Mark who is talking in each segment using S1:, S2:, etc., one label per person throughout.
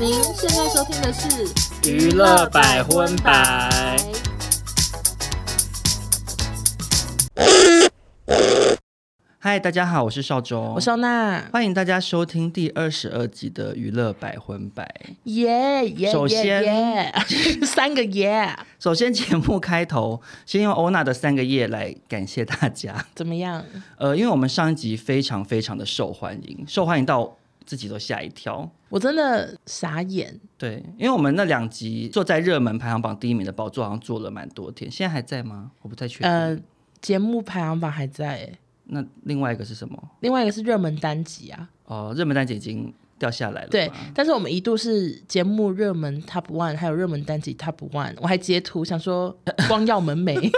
S1: 您现在收听的是《
S2: 娱乐百分百》。嗨，大家好，我是邵忠，
S1: 我肖娜，
S2: 欢迎大家收听第二十二集的《娱乐百分百》。
S1: 耶耶
S2: 首
S1: 耶
S2: 先
S1: 耶， 三个耶，
S2: 首先，节目开头 先用欧娜的三个夜来感谢大家。
S1: 怎么样？
S2: 呃，因为我们上一集非常非常的受欢迎，受欢迎到自己都吓一跳。
S1: 我真的傻眼，
S2: 对，因为我们那两集坐在热门排行榜第一名的宝座，好像坐了蛮多天，现在还在吗？我不太确定。
S1: 呃，节目排行榜还在欸、
S2: 那另外一个是什么？
S1: 另外一个是热门单集啊，
S2: 哦，热门单姐已经掉下来了吧。
S1: 对，但是我们一度是节目热门 Top One，还有热门单集 Top One，我还截图想说呃 光耀门 楣，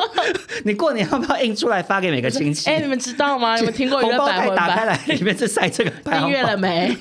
S2: 你过年要不要印出来发给每个亲戚？
S1: 哎、你们知道吗？你们听过娱
S2: 红
S1: 乐
S2: 包
S1: 百
S2: 袋
S1: 分
S2: 打开
S1: 百？
S2: 来，里面是塞这个排
S1: 订
S2: 行
S1: 阅了
S2: 榜。
S1: 没？嗯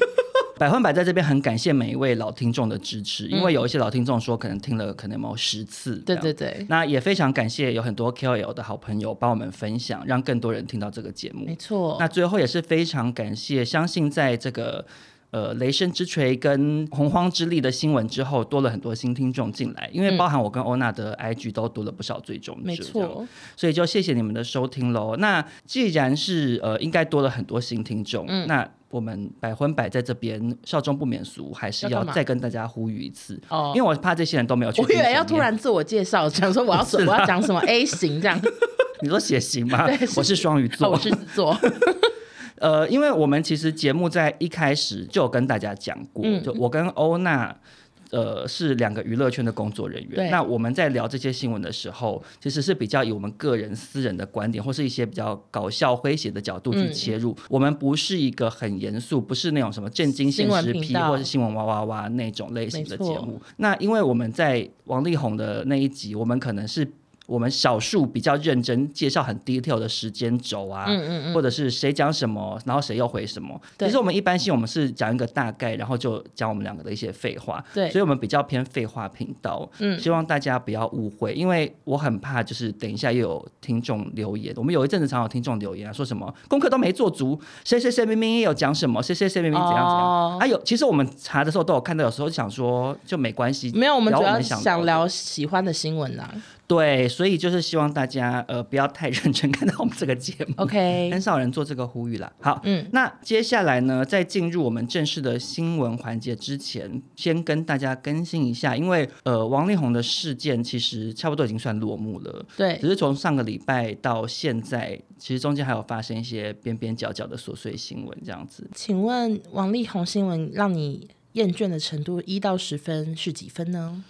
S2: 百分百在这边很感谢每一位老听众的支持，因为有一些老听众说可能听了可能有十次。
S1: 对对。对，
S2: 那也非常感谢有很多 KOL 的好朋友帮我们分享，让更多人听到这个节目
S1: 没。错。
S2: 那最后也是非常感谢，相信在这个呃雷声之锤跟洪荒之力的新闻之后，多了很多新听众进来，因为包含我跟欧娜的 IG 都多了不少追踪者，
S1: 嗯没
S2: 这样
S1: 错，
S2: 所以就谢谢你们的收听喽。那既然是呃，应该多了很多新听众，
S1: 嗯
S2: 那我们百分百在这边少中不免俗，还是
S1: 要
S2: 要
S1: 干嘛
S2: 再跟大家呼吁一次，
S1: 哦
S2: 因为我怕这些人都没有去
S1: 我
S2: 听前
S1: 以
S2: 面。
S1: 为要突然自我介绍，想说我要什
S2: 啊
S1: 我要讲什么 A 型这样，
S2: 你说血型吗
S1: 对？是
S2: 我是双鱼座，
S1: 哦 我狮子 座，
S2: 呃，因为我们其实节目在一开始就有跟大家讲过，
S1: 嗯
S2: 就我跟欧娜。呃，是两个娱乐圈的工作人
S1: 对
S2: 员。那我们在聊这些新闻的时候，其实是比较以我们个人、私人的观点，或是一些比较搞笑、诙谐的角度去
S1: 嗯
S2: 切入。我们不是一个很严肃，不是那种什么震惊
S1: 新
S2: 现
S1: 闻
S2: 实
S1: 频
S2: P
S1: 道
S2: 或是新闻哇哇哇那种类型
S1: 没
S2: 的
S1: 错
S2: 节目。那因为我们在王力宏的那一集，我们可能是我们少数比较认真介绍很 detail 的时间轴啊，
S1: 嗯嗯嗯，
S2: 或者是谁讲什么，然后谁又回什么。
S1: 对
S2: 其实我们一般性我们是讲一个大概，然后就讲我们两个的一些废话。
S1: 对
S2: 所以我们比较偏废话频道。
S1: 嗯
S2: 希望大家不要误会，因为我很怕就是等一下又有听众留言。我们有一阵子常有听众留言啊，说什么功课都没做足，谁谁谁明明也有讲什么，谁谁谁明明怎样怎样。
S1: 哦
S2: 啊有，其实我们查的时候都有看到，有时候就想说就没关系，
S1: 没有，我们
S2: 聊
S1: 主
S2: 我
S1: 要
S2: 们想
S1: 想
S2: 的
S1: 聊喜欢的新闻啦。
S2: 对，所以就是希望大家呃不要太认真看到我们这个节目。
S1: OK，
S2: 很少人做这个呼吁啦。好，
S1: 嗯
S2: 嗯，那接下来呢，在进入我们正式的新闻环节之前，先跟大家更新一下，因为呃，王力宏的事件其实差不多已经算落幕了。
S1: 对
S2: 只，是从上个礼拜到现在，其实中间还有发生一些边边角角的琐碎新闻，这样子。
S1: 请问王力宏新闻让你厌倦的程度一到十分是几分呢？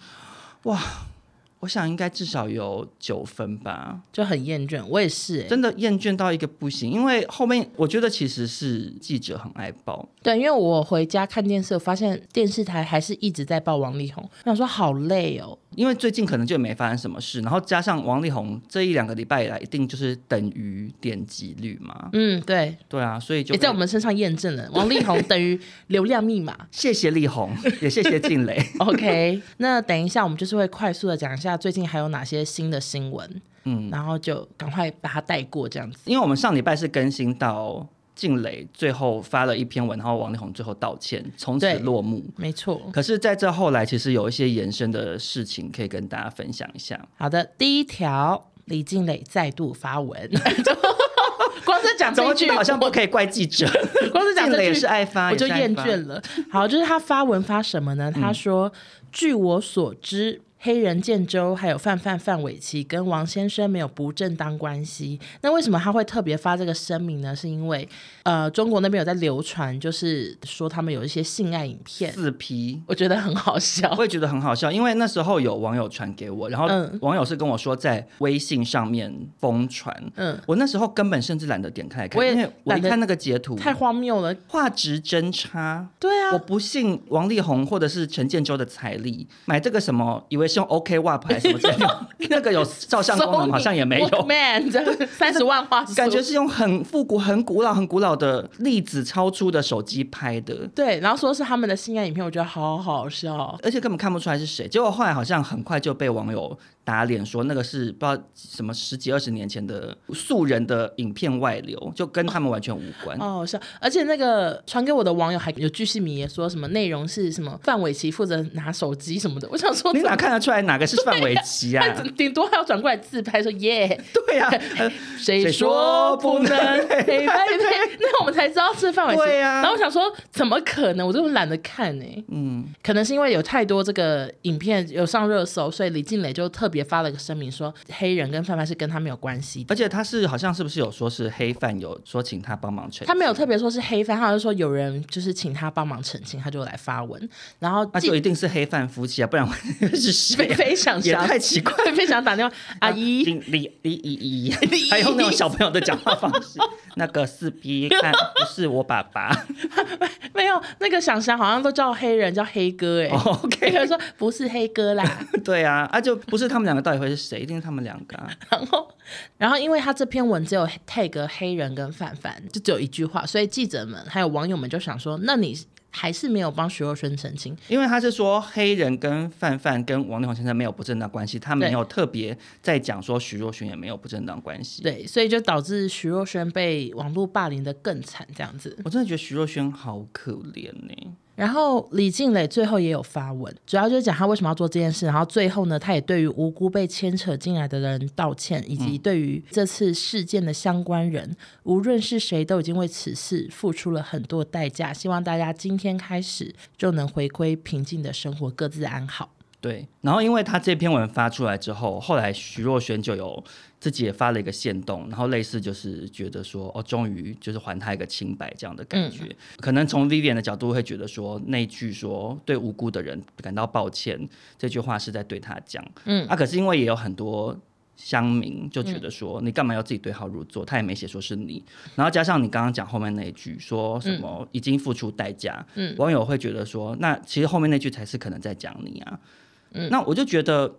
S2: 我想应该至少有九分吧，
S1: 就很厌倦，我也是、欸，
S2: 真的厌倦到一个不行。因为后面我觉得其实是记者很爱报，
S1: 对，因为我回家看电视，我发现电视台还是一直在报王力宏，我想说好累哦，
S2: 因为最近可能就没发生什么事，然后加上王力宏这一两个礼拜以来，一定就是等于点击率嘛，
S1: 嗯，对，
S2: 对啊，所以就
S1: 也在我们身上验证了王力宏等于流量密码。
S2: 谢谢力 宏，也谢谢静蕾。
S1: OK，那等一下我们就是会快速的讲一下最近还有哪些新的新闻，嗯，然后就赶快把它带过这样子。
S2: 因为我们上礼拜是更新到静蕾最后发了一篇文，然后王力宏最后道歉，从此
S1: 对
S2: 落幕。
S1: 没错，
S2: 可是在这后来，其实有一些延伸的事情可以跟大家分享一下。
S1: 好的，第一条，李静蕾再度发 文， 就光是讲
S2: 怎
S1: 这
S2: 么
S1: 一
S2: 觉
S1: 句
S2: 得好像不可以怪记者？
S1: 光是讲
S2: 静蕾
S1: 这
S2: 也
S1: 句
S2: 是爱发，
S1: 我就
S2: 也是爱
S1: 厌
S2: 发嗯
S1: 倦了。 好，就是他发文发什么呢？他说：“据我所知，黑人建州还有范范范玮琪跟王先生没有不正当关系。那为什么他会特别发这个声明呢？是因为呃，中国那边有在流传，就是说他们有一些性爱影片，
S2: 四批。
S1: 我觉得很好笑。
S2: 我也觉得很好笑，因为那时候有网友传给我，然后
S1: 嗯
S2: 网友是跟我说在微信上面疯传，
S1: 嗯
S2: 嗯，我那时候根本甚至懒得点开来看，
S1: 我也
S2: 因为我一
S1: 懒得
S2: 看那个截图，
S1: 太荒谬了，
S2: 画质真差。
S1: 对啊
S2: 我，不信王力宏或者是陈建州的财力买这个什么，以为是用 OK WAP 还是什么之 类的， 那个有照相功能好像也没有，
S1: man，三 十万画素，
S2: 感觉是用很复古、很古老、很古老的粒子超出的手机拍的，
S1: 对。然后说是他们的性爱影片，我觉得好好笑。
S2: 而且根本看不出来是谁。结果后来好像很快就被网友打脸说那个是不知道什么十几二十年前的素人的影片外流，就跟他们完全无关。
S1: 哦，是啊，而且那个传给我的网友还有巨细靡遗说什么内容是什么范玮琪负责拿手机什么的，我 想说
S2: 你哪看得出来哪个是范玮琪啊？
S1: 他 顶多还要转过来自拍说耶，
S2: 对呀、呃
S1: 谁
S2: 谁说
S1: 说不
S2: 不
S1: 能？
S2: 能
S1: 呸呸呸！那我们才知道是范玮琪。
S2: 对啊
S1: 然后我想说，怎么可能？我根本懒得看呢、
S2: 嗯，
S1: 可能是因为有太多这个影片有上热搜，所以李静蕾就特别发了个声明说，黑人跟范范是跟他没有关系的。
S2: 而且他是好像是不是有说是黑范有说请他帮忙澄
S1: 他没有特别说是黑范，他就说有人就是请他帮忙澄清，他就来发文，然后
S2: 那
S1: 记
S2: 啊就一定是黑范夫妻啊，不然我 是谁
S1: 非
S2: 啊、
S1: 非常
S2: 也
S1: 想
S2: 太 奇怪。
S1: 非常打电话，阿姨，
S2: 李李李姨姨，还有那种小朋友的讲话方式，那个四 P 看不是我爸爸。
S1: 没有那个想想好像都叫黑人叫黑哥哎、
S2: 哦
S1: 欸。黑
S2: OK，
S1: 哥说不是黑哥啦，
S2: 对啊，啊就不是他们两个，到底会是谁？一定是他们两个、啊。
S1: 然后，然后因为他这篇文只有 tag 黑人跟范范，就只有一句话，所以记者们还有网友们就想说，那你还是没有帮徐若瑄澄清，
S2: 因为他是说黑人跟范范跟王力宏先生没有不正当关系，他没有特别在讲说徐若瑄也没有不正当关系。
S1: 对，所以就导致徐若瑄被网络霸凌的更惨这样子。
S2: 我真的觉得徐若瑄好可怜欸呢、
S1: 然后李静蕾最后也有发文，主要就是讲她为什么要做这件事，然后最后呢，她也对于无辜被牵扯进来的人道歉，以及对于这次事件的相关人，无论是谁，都已经为此事付出了很多代价。希望大家今天开始就能回归平静的生活，各自安好。
S2: 对，然后因为他这篇文发出来之后，后来徐若瑄就有自己也发了一个线动，然后类似就是觉得说，哦，终于就是还他一个清白这样的感觉。可能从 Vivian 的角度会觉得说，那句说对无辜的人感到抱歉这句话是在对他讲，嗯啊，可是因为也有很多。乡民就觉得说，你干嘛要自己对号入座？他也没写说是你，然后加上你刚刚讲后面那一句，说什
S1: 嗯
S2: 么已经付出代价，网友会觉得说，那其实后面那句才是可能在讲你啊，
S1: 嗯
S2: 那我就觉得，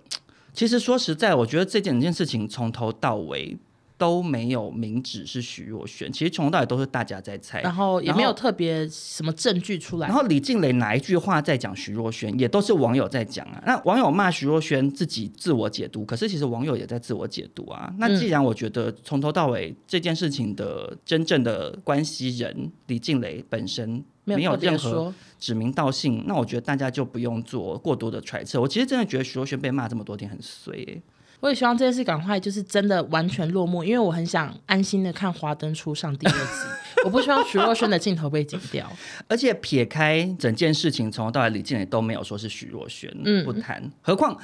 S2: 其实说实在，我觉得这整件事情从头到尾都没有明指是徐若瑄，其实从头到尾都是大家在猜。
S1: 然后也
S2: 哎然后
S1: 没有特别什么证据出来
S2: 然，后李静蕾哪一句话在讲徐若瑄，也都是网友在讲啊。那网友骂徐若瑄自己自我解读，可是其实网友也在自我解读啊。那既然我觉得从头到尾这件事情的真正的关系人李静蕾本身
S1: 没
S2: 没有
S1: 特别
S2: 任何
S1: 说。
S2: 指名道姓，那我觉得大家就不用做过多的揣测。我其实真的觉得徐若瑄被骂这么多天很衰、欸，
S1: 我也希望这件事赶快就是真的完全落幕，因为我很想安心的看《华灯初上》第二集，我不希望徐若瑄的镜头被剪掉。
S2: 而且撇开整件事情从头到尾，李静蕾都没有说是徐若瑄，
S1: 嗯
S2: 不谈。何况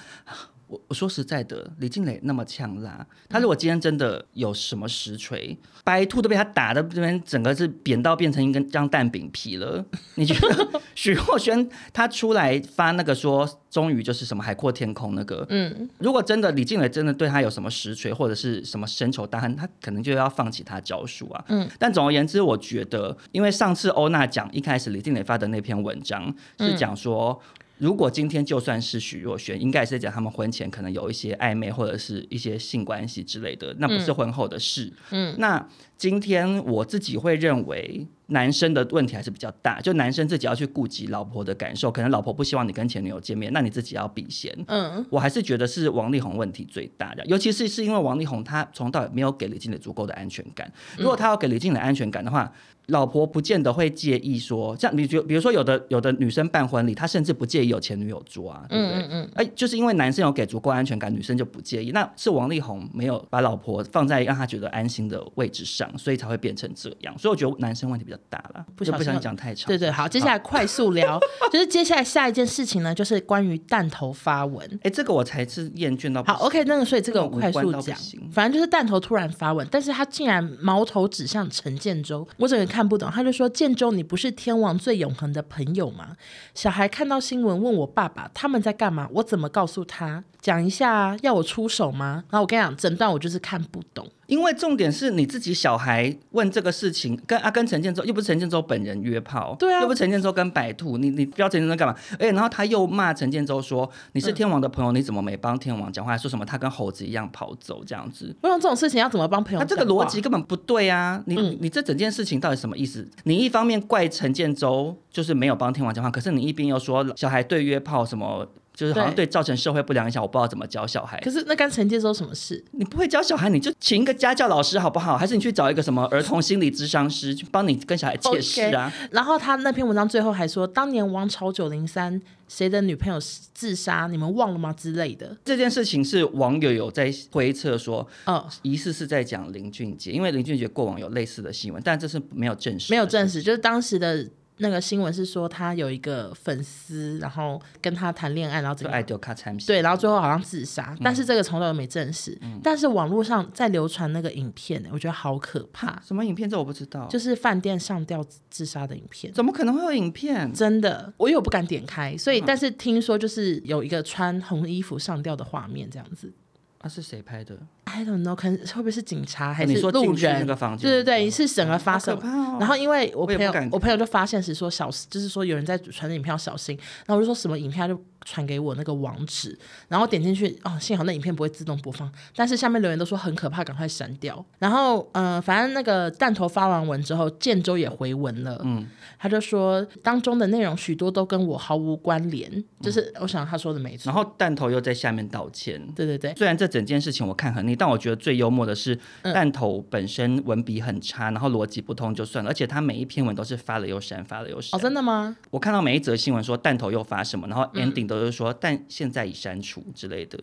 S2: 我我说实在的，李静蕾那么呛辣，她如果今天真的有什么实锤，白兔都被她打的这边整个是扁到变成一根张蛋饼皮了。你觉得许若瑄她出来发那个说，终于就是什么海阔天空那个，嗯，如果真的李静蕾真的对她有什么实锤或者是什么深仇大恨，她可能就要放弃她招数啊。嗯，但总而言之，我觉得，因为上次欧娜讲一开始李静蕾发的那篇文章是讲说。如果今天就算是许若瑄，应该也是在讲他们婚前可能有一些暧昧或者是一些性关系之类的，那不是婚后的事。嗯，那今天我自己会认为男生的问题还是比较大，就男生自己要去顾及老婆的感受，可能老婆不希望你跟前女友见面，那你自己要避嫌。
S1: 嗯，
S2: 我还是觉得是王力宏问题最大的，尤其是是因为王力宏他从头到尾没有给李静蕾足够的安全感。如果他要给李静蕾安全感的话，老婆不见得会介意说，像你觉，比如说有的有的女生办婚礼，她甚至不介意有前女友桌啊，对不
S1: 嗯
S2: 对？
S1: 嗯嗯
S2: 哎，就是因为男生有给足够安全感，女生就不介意。那是王力宏没有把老婆放在让她觉得安心的位置上，所以才会变成这样。所以我觉得男生问题比较大了，
S1: 不
S2: 就
S1: 小
S2: 不
S1: 心
S2: 想
S1: 了
S2: 讲太长。
S1: 对对，好，接下来快速 聊，就是接下来下一件事情呢，就是关于弹头发文。
S2: 哎，这个我才是厌倦到不
S1: 好
S2: 行
S1: ，OK，那个所以这个我
S2: 这个无
S1: 快
S2: 关
S1: 速
S2: 到不
S1: 讲
S2: 行，
S1: 反正就是弹头突然发文，但是他竟然矛头指向陈建州，我整个看不懂。他就说：“建州，你不是天王最永恒的朋友吗？”小孩看到新闻问我爸爸他们在干嘛，我怎么告诉他？讲一下啊要我出手吗？然后我跟你讲，整段我就是看不懂。
S2: 因为重点是你自己小孩问这个事情，跟啊跟陈建州又不是陈建州本人约炮，
S1: 对啊
S2: 又不是陈建州跟白兔，你你标陈建州干嘛？而且然后他又骂陈建州说你是天王的朋友，你怎么没帮天王讲话？还说什么他跟猴子一样跑走这样子。
S1: 我想这种事情要怎么帮朋友
S2: 他
S1: 讲话？
S2: 这个逻辑根本不对啊！你、你这整件事情到底什么意思？你一方面怪陈建州就是没有帮天王讲话，可是你一边又说小孩对约炮什么就是好像
S1: 对
S2: 对造成社会不良影响，我不知道怎么教小孩
S1: 可。是那跟陈建州什么事？
S2: 你不会教小孩，你就请一个家教老师好不好？还是你去找一个什么儿童心理咨商师去帮你跟小孩解释啊
S1: 然后他那篇文章最后还说，当年王朝九零三谁的女朋友自杀，你们忘了吗之类的。
S2: 这件事情是网友有在推测说，
S1: 嗯，
S2: 疑似是在讲林俊杰，因为林俊杰过往有类似的新闻，但这是没有证实，
S1: 没有证实，就是当时的那个新闻是说他有一个粉丝，然后跟他谈恋爱，然后嗯怎
S2: 就
S1: 么
S2: 爱丢卡产品。
S1: 对，然后最后好像自杀，但是这个从来都没证实。但是网络上在流传那个影片、我觉得好可怕，
S2: 什么影片？这我不知道，
S1: 就是饭店上吊自杀的影片。
S2: 怎么可能会有影片？
S1: 真的，嗯我又不敢点开，所以但是听说就是有一个穿红衣服上吊的画面，这样子。
S2: 啊，是谁拍的？啊
S1: I don't know，可能会不会是警察还
S2: 哦你
S1: 是
S2: 说
S1: 路
S2: 进去那
S1: 人？
S2: 个房间？哦
S1: 对对对，是整个发
S2: 好可
S1: 生。
S2: 怕哦。
S1: 然后因为我
S2: 我
S1: 朋
S2: 也不
S1: 友
S2: 敢，
S1: 我朋友就发现是说小，就是说有人在传影片要小心，然后我就说什么影片，他就传给我那个网址，然后点进去，哦，幸好那影片不会自动播放，但是下面留言都说很可怕，赶快删掉。然后呃，反正那个弹头发完文之后，建州也回文了，嗯，他就说当中的内容许多都跟我毫无关联，就是我想他说的没错，
S2: 嗯然后弹头又在下面道歉。
S1: 对对对，
S2: 虽然这整件事情我看很腻，但我觉得最幽默的是
S1: 嗯
S2: 弹头本身文笔很差，然后逻辑不通就算了，而且他每一篇文都是发了又删，发了又
S1: 哦，
S2: 删。
S1: 真的嗯吗？
S2: 我看到每一则新闻说弹头又发什么，然后 ending 都是说、但现在已删除之类的，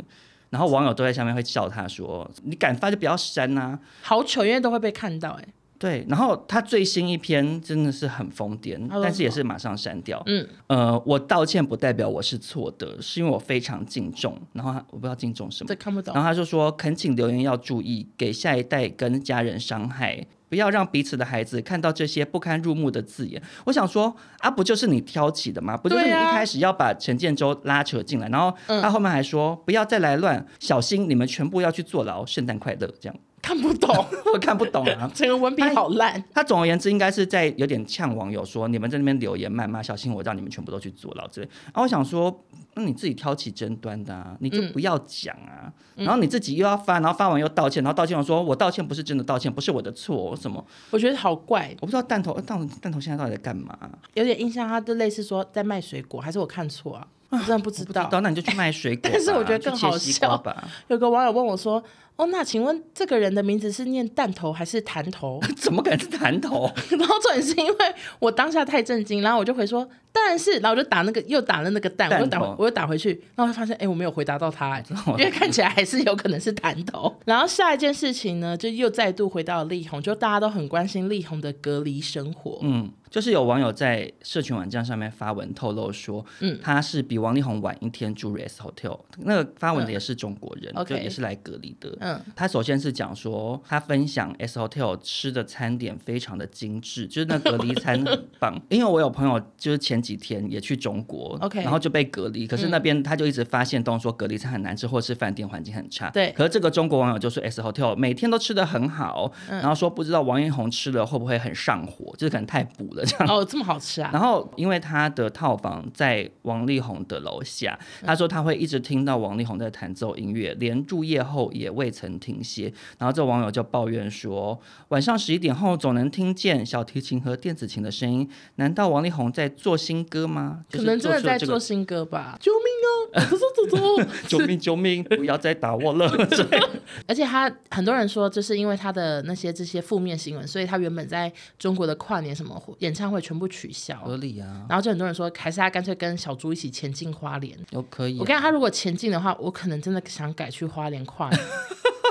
S2: 然后网友都在下面会笑他说你敢发就不要删呐、
S1: 好糗，因为都会被看到、欸，哎，
S2: 对，然后他最新一篇真的是很疯癫
S1: 他，说
S2: 但是也
S1: 什
S2: 是马上删掉。
S1: 嗯，
S2: 呃，我道歉不代表我是错的，是因为我非常敬重。然后他我不知道敬重什么啊
S1: 这，看不懂
S2: 然。后他就说，恳请留言要注意，给下一代跟家人伤害，不要让彼此的孩子看到这些不堪入目的字眼。我想说，啊，不就是你挑起的吗？不就是你
S1: 对
S2: 一
S1: 啊
S2: 开始要把陈建州拉扯进来，然后
S1: 嗯
S2: 他后面还说，不要再来乱，小心你们全部要去坐牢，圣诞快乐这样。
S1: 看不懂，
S2: 我看不懂啊。
S1: 整个文笔好烂。
S2: 他总而言之，应该是在有点呛网友说，你们在那边留言谩骂，小心我让你们全部都去坐牢之类。啊，我想说，那你自己挑起争端的、啊，你就不要讲啊。
S1: 嗯
S2: 然后你自己又要发，然后发完又道歉，然后道歉我说我道歉不是真的道歉，不是我的错什么。
S1: 我觉得好怪，
S2: 我不知道弹头呃弹头弹头现在到底在干嘛、
S1: 有点印象，他就类似说在卖水果，还是我看错啊？我真的不知
S2: 不知
S1: 道。
S2: 道，那你就去卖水 果吧。
S1: 但是我觉得
S2: 去
S1: 更
S2: 切
S1: 好
S2: 西瓜
S1: 笑
S2: 吧。
S1: 有个网友问我说：“哦，那请问这个人的名字是念弹头还是弹头
S2: 怎么可能是弹头？？”
S1: 然后重点是因为我当下太震惊，然后我就回说：“当然是。”然后我就打那个又打了那个蛋，我又打
S2: 弹
S1: 回
S2: 头
S1: 我又打回去，然后就发现哎、我没有回答到他、哎
S2: 道
S1: 因为看起来还是有可能是弹头。然后下一件事情呢，就又再度回到力宏，就大家都很关心力宏的隔离生活。
S2: 嗯，就是有网友在社群网站上面发文透露说，
S1: 嗯
S2: 他是比王力宏晚一天住 Rest Hotel，那个发文的也是中国人，
S1: 嗯
S2: 就
S1: OK
S2: 也是来隔离的。
S1: 嗯
S2: 他首先是讲说，他分享 S Hotel 吃的餐点非常的精致，就是那隔离餐很棒。 因为我有朋友就是前几天也去中国
S1: OK
S2: 然后就被隔离，可是那边他就一直发现动说隔离餐很难吃，或是饭店环境很差。
S1: 对
S2: 可是这个中国网友就说 S Hotel 每天都吃的很好，
S1: 嗯
S2: 然后说不知道王力宏吃了会不会很上火，就是可能太补了 这样。
S1: 哦，这么好吃啊！
S2: 然后，因为他的套房在王力宏的楼下，
S1: 嗯
S2: 他说他会一直听到王力宏在弹奏音乐，连入夜后也未曾停歇。然后这网友就抱怨说，晚上十一点后总能听见小提琴和电子琴的声音，难道王力宏在做新歌吗？就
S1: 可
S2: 是
S1: 能真的
S2: 做出了
S1: 在
S2: 这
S1: 做
S2: 个。哦
S1: 新歌吧！救 命啊！走走走走！
S2: 救命！救命！不要再打 我了！之类的
S1: 而且他很多人说，就是因为他的那些这些负面新闻，所以他原本在中国的跨年什么演唱会全部取消。
S2: 合理啊，
S1: 然后就很多人说，还是他干脆跟小猪一起前进花莲。
S2: 有可以啊、
S1: 我看他如果前进的话，我可能真的想改去花莲跨年。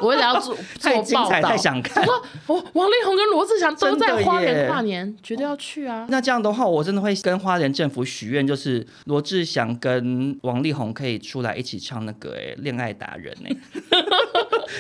S1: 我为了要做
S2: 太
S1: 做
S2: 精
S1: 报
S2: 彩，
S1: 道
S2: 太，想看。
S1: 说我王力宏跟罗志祥都
S2: 真的
S1: 在花
S2: 耶
S1: 莲跨年，绝对要去啊！
S2: 那这样的话，我真的会跟花莲政府许愿，就是罗志祥跟王力宏可以出来一起唱那个、欸《恋爱达人、欸》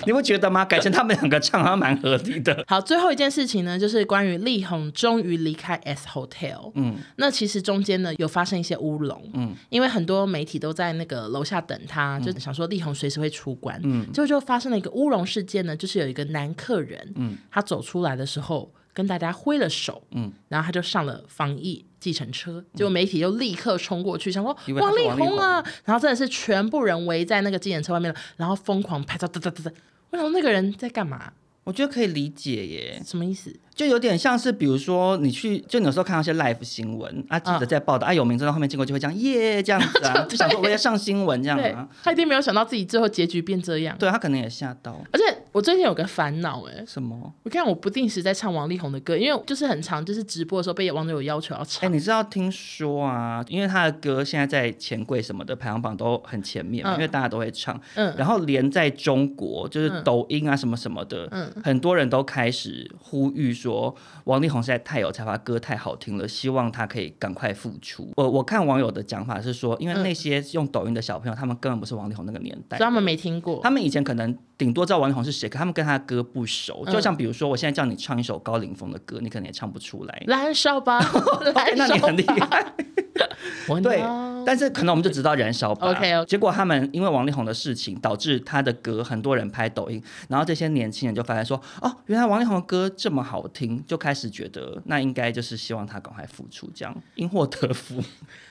S2: 你会觉得吗？改成他们两个唱，好像蛮合理的。
S1: 好，最后一件事情呢，就是关于力宏终于离开 S Hotel。嗯，那其实中间呢有发生一些乌龙。嗯，因为很多媒体都在那个楼下等他，就想说力宏随时会出关。嗯，结果就发生了一个乌龙事件呢，就是有一个男客人，嗯，他走出来的时候跟大家挥了手，嗯，然后他就上了防疫。计程车，结果媒体就立刻冲过去，想说
S2: 以为他
S1: 王
S2: 是
S1: 力
S2: 王力
S1: 宏啊，然后真的是全部人围在那个计程车外面，然后疯狂拍照，哒哒哒哒。我想说那个人在干嘛？
S2: 我觉得可以理解耶，
S1: 什么意思？
S2: 就有点像是，比如说你去，就你有时候看到一些 live 新闻啊，记者在报道、啊，有名字到后面经过就会这样耶这样子啊，就想说我要上新闻这样
S1: 对
S2: 啊，，
S1: 他一定没有想到自己最后结局变这样。
S2: 对他可能也吓到
S1: 而且我最近有个烦恼，哎，
S2: 什么？
S1: 我看我不定时在唱王力宏的歌，因为就是很常就是直播的时候被网友要求要
S2: 哎、
S1: 唱。
S2: 你知道听说啊，因为他的歌现在在钱柜什么的排行榜都很前面
S1: 嗯
S2: 嘛，因为大家都会唱，
S1: 嗯
S2: 然后连在中国就是
S1: 嗯
S2: 抖音啊什么什么的，
S1: 嗯，
S2: 很多人都开始呼吁说，王力宏实在太有才华，歌太好听了，希望他可以赶快复出。我我看网友的讲法是说，因为
S1: 嗯啊
S2: 那些用抖音的小朋友，他们根本不是王力宏那个年代
S1: 所以。他们没听过。
S2: 他们以前可能顶多知道王力宏是谁，可他们跟他的歌不熟。
S1: 嗯
S2: 就像比如说，我现在叫你唱一首高凌风的歌，你可能也唱不出来。哦哎
S1: 燃烧 吧， 燃
S2: 那你
S1: 烧
S2: 很厉
S1: 吧！
S2: 害，
S1: 我
S2: 对
S1: 呢
S2: 但是可能我们就知道燃烧吧。
S1: OK，OK
S2: 结果他们因为王力宏的事情，导致他的歌很多人拍抖音，然后这些年轻人就发现说，哦，原来王力宏的歌这么好听，就开始觉得那应该就是希望他赶快复出，这样因祸得福。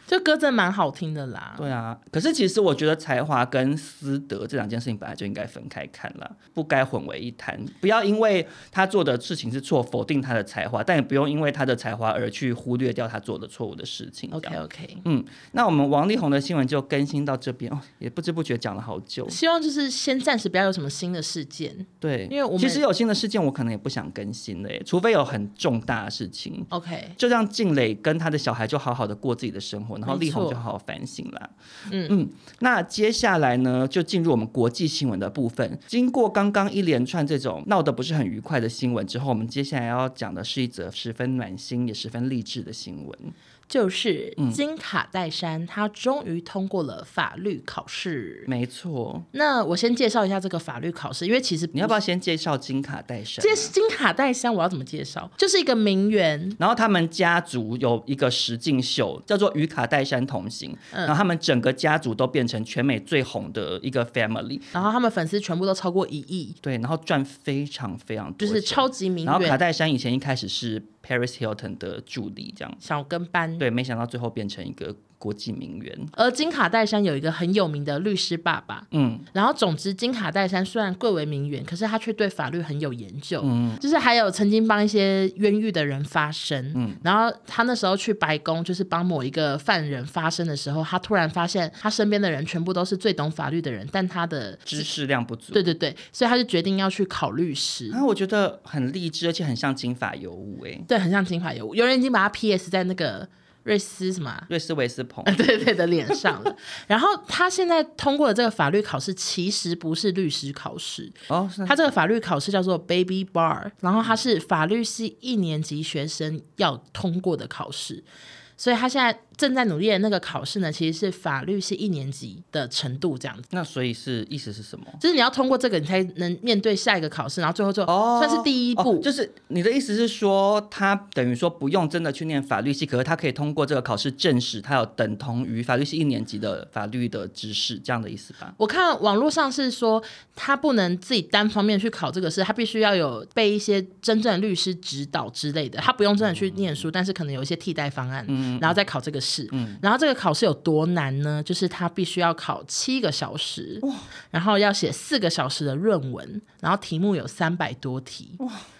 S1: 这歌真的蛮好听的啦。
S2: 对啊，可是其实我觉得才华跟私德这两件事情本来就应该分开看啦，不该混为一谈。不要因为他做的事情是错，否定他的才华，但也不用因为他的才华而去忽略掉他做的错误的事情。这样
S1: OK OK，
S2: 那我们王力宏的新闻就更新到这边哦，也不知不觉讲了好久。
S1: 希望就是先暂时不要有什么新的事件。
S2: 对，
S1: 因为我们
S2: 其实有新的事件，我可能也不想更新了耶，除非有很重大的事情。
S1: OK，
S2: 就让静蕾跟她的小孩就好好的过自己的生活，然后
S1: 没
S2: 力宏
S1: 错
S2: 就好好反省啦。
S1: 嗯
S2: 嗯，那接下来呢，就进入我们国际新闻的部分。经过刚刚一连串这种闹得不是很愉快的新闻之后，我们接下来要讲的是一则十分暖心也十分励志的新闻。
S1: 就是
S2: 嗯
S1: 金卡戴珊，她终于通过了法律考试。
S2: 没错，
S1: 那我先介绍一下这个法律考试，因为其实
S2: 你要不要先介绍金卡戴珊啊？
S1: 介金卡戴珊，我要怎么介绍？就是一个名媛，
S2: 然后他们家族有一个实境秀，叫做《与卡戴珊同行》，
S1: 嗯
S2: 然后他们整个家族都变成全美最红的一个 family，
S1: 然后他们粉丝全部都超过一亿，
S2: 对，然后赚非常非常多
S1: 就
S2: 钱，
S1: 是超级名
S2: 然后卡
S1: 媛
S2: 戴珊以前一开始是 Paris Hilton 的助理，这样
S1: 小跟班。
S2: 对，没想到最后变成一个国际名媛。
S1: 而金卡戴珊有一个很有名的律师爸爸，
S2: 嗯，
S1: 然后总之金卡戴珊虽然贵为名媛，可是她却对法律很有研究，
S2: 嗯
S1: 就是还有曾经帮一些冤狱的人发声，
S2: 嗯
S1: 然后她那时候去白宫就是帮某一个犯人发声的时候，她突然发现她身边的人全部都是最懂法律的人，但她的
S2: 知识量不足。
S1: 对对对，所以她就决定要去考律师。
S2: 然后我觉得很励志，而且很像金发尤物哎、
S1: 对，很像金发尤物。有人已经把它 PS 在那个瑞斯什么啊、
S2: 瑞斯维斯彭
S1: 对对的脸上了。然后他现在通过的这个法律考试，其实不是律师考试，
S2: 哦，是
S1: 他这个法律考试叫做 Baby Bar，然后
S2: 嗯
S1: 他是法律系一年级学生要通过的考试。所以他现在正在努力的那个考试呢，其实是法律系一年级的程度这样子，
S2: 那所以是意思是什么？
S1: 就是你要通过这个，你才能面对下一个考试，然后最后就
S2: 哦，
S1: 算是第一步，
S2: 哦就是你的意思是说，他等于说不用真的去念法律系，可是他可以通过这个考试证实他有等同于法律系一年级的法律的知识，这样的意思吧？
S1: 我看网络上是说，他不能自己单方面去考这个试，他必须要有被一些真正的律师指导之类的。他不用真的去念书，但是可能有一些替代方案，
S2: 嗯
S1: 然后再考这个试。然后这个考试有多难呢？就是他必须要考七个小时，然后要写四个小时的论文，然后题目有三百多题，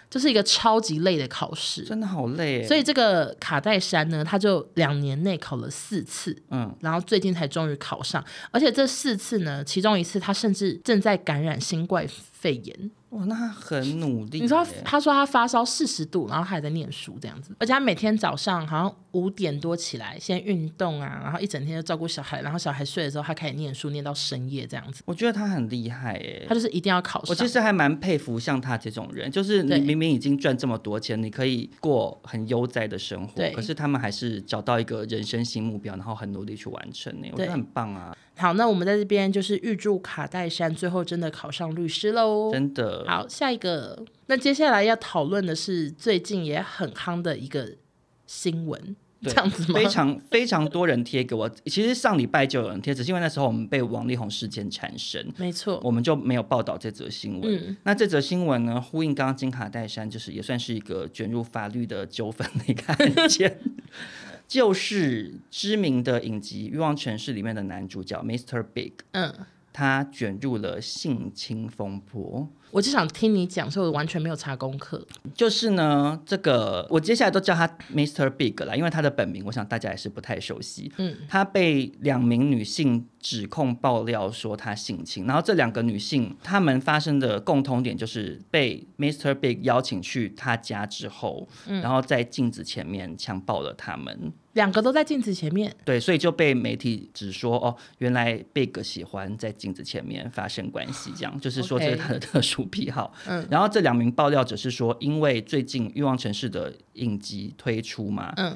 S1: 就是一个超级累的考试。
S2: 真的好累耶，
S1: 所以这个卡戴珊呢，他就两年内考了四次，
S2: 嗯，
S1: 然后最近才终于考上，而且这四次呢，其中一次他甚至正在感染新冠肺炎。
S2: 哇，那他很努力耶。
S1: 你说他他说他发烧四十度，然后还在念书这样子，而且他每天早上好像五点多起来，先运动啊，然后一整天就照顾小孩，然后小孩睡的时候他开始念书，念到深夜这样子。
S2: 我觉得他很厉害耶
S1: 他。就是一定要考
S2: 我
S1: 上
S2: 其。实还蛮佩服像他这种人，就是你
S1: 对
S2: 明明已经赚这么多钱，你可以过很悠哉的生活
S1: 对，
S2: 可是他们还是找到一个人生新目标，然后很努力去完成呢，我觉
S1: 对
S2: 得很棒啊，
S1: 好，那我们在这边就是预祝卡戴珊最后真的考上律师喽。
S2: 真的。
S1: 好，下一个，那接下来要讨论的是最近也很夯的一个新闻，这
S2: 对
S1: 样子吗？
S2: 非常非常多人贴给我，其实上礼拜就有人贴，只是因为那时候我们被王力宏事件缠身，
S1: 没错，
S2: 我们就没有报道这则新闻。
S1: 嗯
S2: 那这则新闻呢，呼应刚刚金卡戴珊，就是也算是一个卷入法律的纠纷的一个案 件，就是知名的影集《欲望城市》里面的男主角 Mr. Big，
S1: 嗯，
S2: 他卷入了性侵风波。
S1: 我就想听你讲，所以我完全没有查功课。
S2: 就是呢，这个我接下来都叫他 Mr. Big 啦，因为他的本名我想大家也是不太熟悉。嗯，他被两名女性指控爆料说他性侵，然后这两个女性她们发生的共同点就是被 Mr. Big 邀请去他家之后，然后在镜子前面强暴了他们。
S1: 两个都在镜子前面，
S2: 对，所以就被媒体指说哦，原来贝格喜欢在镜子前面发生关系，这样就是说这是
S1: OK
S2: 他的特殊癖好。
S1: 嗯
S2: 然后这两名爆料者是说，因为最近《欲望城市》的影集推出嘛，
S1: 嗯，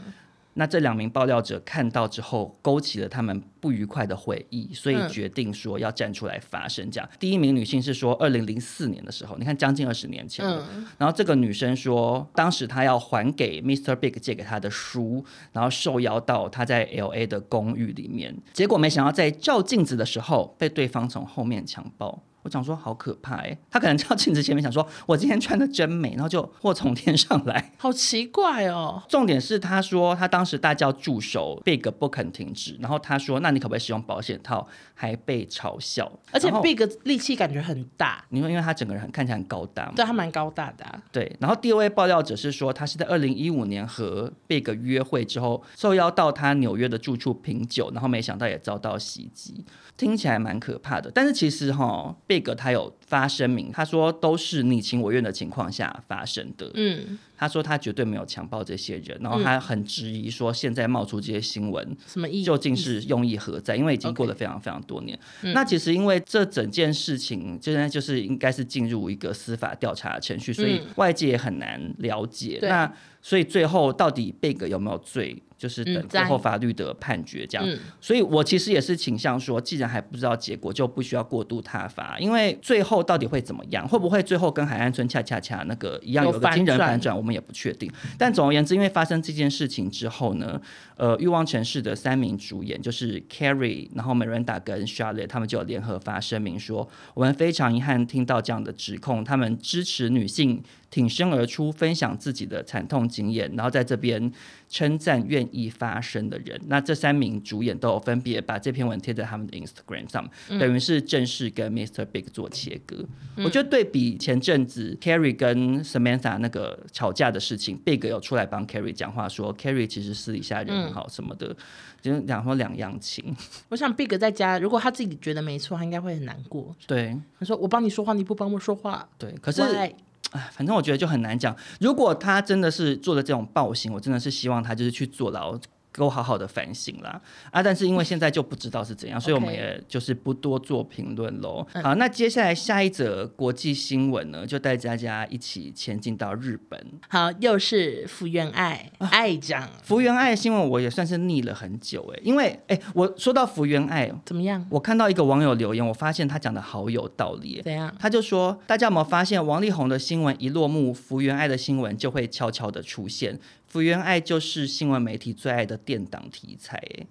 S2: 那这两名爆料者看到之后，勾起了他们不愉快的回忆，所以
S1: 嗯
S2: 决定说要站出来发声。这样，第一名女性是说，二零零四年的时候，你看将近二十年
S1: 嗯
S2: 前了。然后这个女生说，当时她要还给 Mr. Big 借给她的书，然后受邀到她在 L A 的公寓里面，结果没想到在照镜子的时候被对方从后面强暴。我想说好可怕哎、她可能照镜子前面想说，我今天穿的真美，然后就祸从天上来。
S1: 好奇怪哦。
S2: 重点是他说他当时大叫助手 Big 不肯停止，然后他说那你可不可以使用保险套，还被嘲笑，
S1: 而且
S2: 然后
S1: Big 力气感觉很大，
S2: 你说因为他整个人很看起来很高大嘛，
S1: 对他蛮高大的啊、
S2: 对，然后第二位爆料者是说，他是在二零一五年和 Big 约会之后，受邀到他纽约的住处品酒，然后没想到也遭到袭击，听起来蛮可怕的。但是其实哈、b i g 他有发声明，他说都是你情我愿的情况下发生的。
S1: 嗯，
S2: 他说他绝对没有强暴这些人，然后他很质疑说现在冒出这些新闻，
S1: 什么意
S2: 究竟是用意何在？因为已经过了非常非常多年。
S1: 嗯
S2: 那其实因为这整件事情，现在就是应该是进入一个司法调查程序，所以外界也很难了解。
S1: 嗯对
S2: 那所以最后到底 Big 有没有罪，就是等
S1: 嗯
S2: 最
S1: 在
S2: 后法律的判决这样。
S1: 嗯
S2: 所以我其实也是倾向说，既然还不知道结果，就不需要过度挞伐，因为最后到底会怎么样，会不会最后跟海岸村恰恰恰那个一样
S1: 有
S2: 有个惊
S1: 反
S2: 人
S1: 转
S2: 反转，我们也不确定。但总而言之，因为发生这件事情之后呢，呃，《欲望城市》的三名主演就是 Carrie，然后 Miranda 跟 Charlotte，他们就有联合发声明说，我们非常遗憾听到这样的指控，他们支持女性挺身而出，分享自己的惨痛经验，然后在这边称赞愿意发声的人。那这三名主演都有分别把这篇文贴在他们的 Instagram 上，等于是正式跟 Mr. Big 做切割。我觉得对比前阵子 Carrie 跟 Samantha 那个吵架的事情，Big 有出来帮 Carrie 讲话说，Carrie 其实私底下人很好什么的，就是讲说两样情。
S1: 我想 Big 在家，如果他自己觉得没错，他应该会很难过。
S2: 对
S1: 他说：“我帮你说话，你不帮我说话。”
S2: 对，可是。
S1: Why？
S2: 唉反正我觉得就很难讲。如果他真的是做了这种暴行，我真的是希望他就是去坐牢，给我好好的反省啦。啊，但是因为现在就不知道是怎样，所以我们
S1: OK
S2: 也就是不多做评论喽。好，那接下来下一则国际新闻呢，就带大家一起前进到日本。
S1: 好，又是福原爱爱长
S2: 福原爱的新闻我也算是腻了很久诶、因为诶、我说到福原爱，
S1: 怎么样？
S2: 我看到一个网友留言，我发现他讲的好有道理、欸。
S1: 怎样？
S2: 他就说：“大家有没有发现，王力宏的新闻一落幕，福原爱的新闻就会悄悄的出现。福原爱就是新闻媒体最爱的电档题材、欸。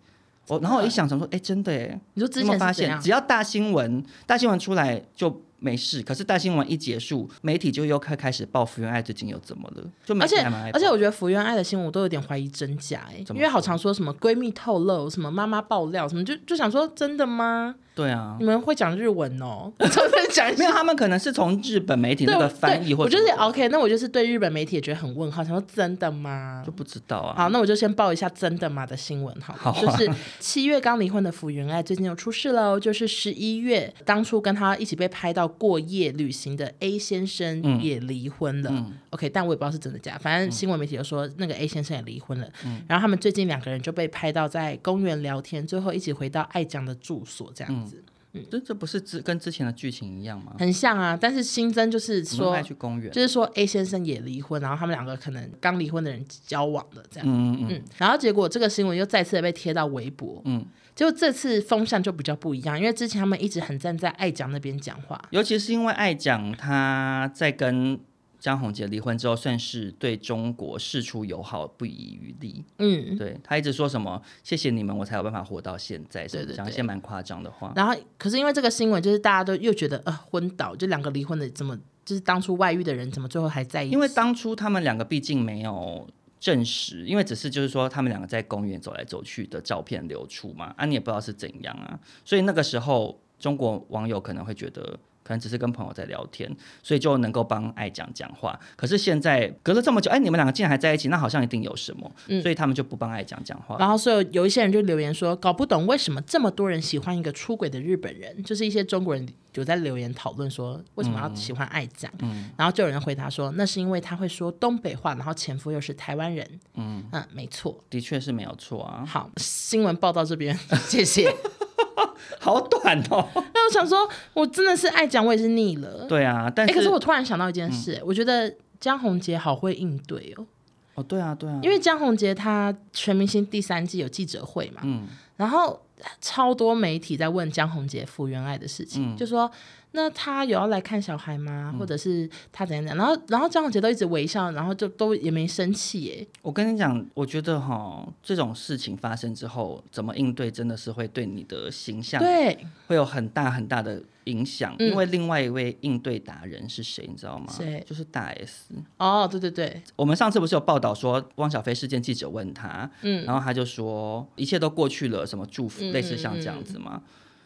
S2: 我然后我一想，想说，哎、真的哎、
S1: 你说
S2: 有
S1: 之
S2: 没有
S1: 前
S2: 发
S1: 是怎
S2: 现，
S1: 样
S2: 只？要大新闻，大新闻出来就没事。可是大新闻一结束，媒体就又开开始报福原爱最近又怎么了，就媒
S1: 而
S2: 体
S1: 且
S2: 还蛮爱
S1: 而且，
S2: 报
S1: 我觉得福原爱的新闻我都有点怀疑真假哎、
S2: 怎么
S1: 因为好常说什么闺蜜透露、什么妈妈爆料、什么，就就想说真的吗？
S2: 对啊
S1: 你，们会讲日文哦？ 专门讲一
S2: 没
S1: 下
S2: 有他们可能是从日本媒体
S1: 对
S2: 那个
S1: 我
S2: 翻译
S1: 对
S2: 或
S1: 我
S2: 者
S1: 就是哦 OK，那我就是对日本媒体也觉得很问号，想说真的吗
S2: 就？不知道啊。
S1: 好，那我就先报一下真的吗的新闻好了，
S2: 好啊
S1: 就是七月刚离婚的福原爱最近又出事喽，就是十一月当初跟他一起被拍到过夜旅行的 A 先
S2: 嗯
S1: 生也离婚了、o k 但我也不知道是真的假，反正新闻媒体就说那个 A 先生也离婚了，
S2: 嗯
S1: 然后他们最近两个人就被拍到在公园聊天，最后一起回到爱江的住所这样子。
S2: 这这不是之跟之前的剧情一样吗？
S1: 很像啊，但是新增就是
S2: 你嗯们
S1: 说
S2: 爱去公园，
S1: 就是说 A 先生也离婚，然后他们两个可能刚离婚的人交往了这样。
S2: 嗯嗯嗯。
S1: 嗯，然后结果这个新闻又再次地被贴到微博，嗯，结果这次风向就比较不一样，因为之前他们一直很站在爱讲那边讲话，
S2: 尤其是因为爱讲他在跟张宏杰离婚之后，算是对中国事出友好，不遗余力。
S1: 嗯，
S2: 对他一直说什么“谢谢你们，我才有办法活到现在”，什么
S1: 对对
S2: 讲一
S1: 对
S2: 些蛮夸张的话。
S1: 然后可是因为这个新闻，就是大家都又觉得呃昏倒，就两个离婚的怎么就是当初外遇的人怎么最后还在一起？
S2: 因为当初他们两个毕竟没有证实，因为只是就是说他们两个在公园走来走去的照片流出嘛，啊，你也不知道是怎样啊，所以那个时候中国网友可能会觉得。可能只是跟朋友在聊天，所以就能够帮爱讲讲话。可是现在隔了这么久，哎，你们两个竟然还在一起，那好像一定有什么，
S1: 嗯
S2: 所以他们就不帮爱讲讲话。
S1: 然后，所以有一些人就留言说，搞不懂为什么这么多人喜欢一个出轨的日本人，就是一些中国人有在留言讨论说，为什么要喜欢爱酱？
S2: 嗯
S1: 然后就有人回答说，那是因为他会说东北话，然后前夫又是台湾人。嗯没错。
S2: 的确是没有错啊，
S1: 好，新闻报到这 边，谢谢。
S2: 好短哦。
S1: 那我想说，我真的是爱讲，我也是腻了。
S2: 对啊，但
S1: 哎、
S2: 是,、嗯
S1: 可是我突然想到一件事、我觉得江宏杰好会应对哦。
S2: 哦，对啊，对啊，
S1: 因为江宏杰他《全明星》第三季有记者会嘛，
S2: 嗯
S1: 然后超多媒体在问江宏杰福原爱的事
S2: 嗯
S1: 情，就说那他有要来看小孩吗？或者是他怎样怎样？然后然后江宏杰都一直微笑，然后就都也没生气耶。
S2: 我跟你讲，我觉得哈，这种事情发生之后，怎么应对真的是会对你的形象
S1: 对，
S2: 会有很大很大的影响。
S1: 嗯
S2: 因为另外一位应对达人是谁，你知道吗？
S1: 谁
S2: 就是大 S。
S1: 哦，对对对，
S2: 我们上次不是有报道说汪小菲事件，记者问他，
S1: 嗯
S2: 然后他就说一切都过去了，什么祝福，
S1: 嗯
S2: 类似像这样子嘛。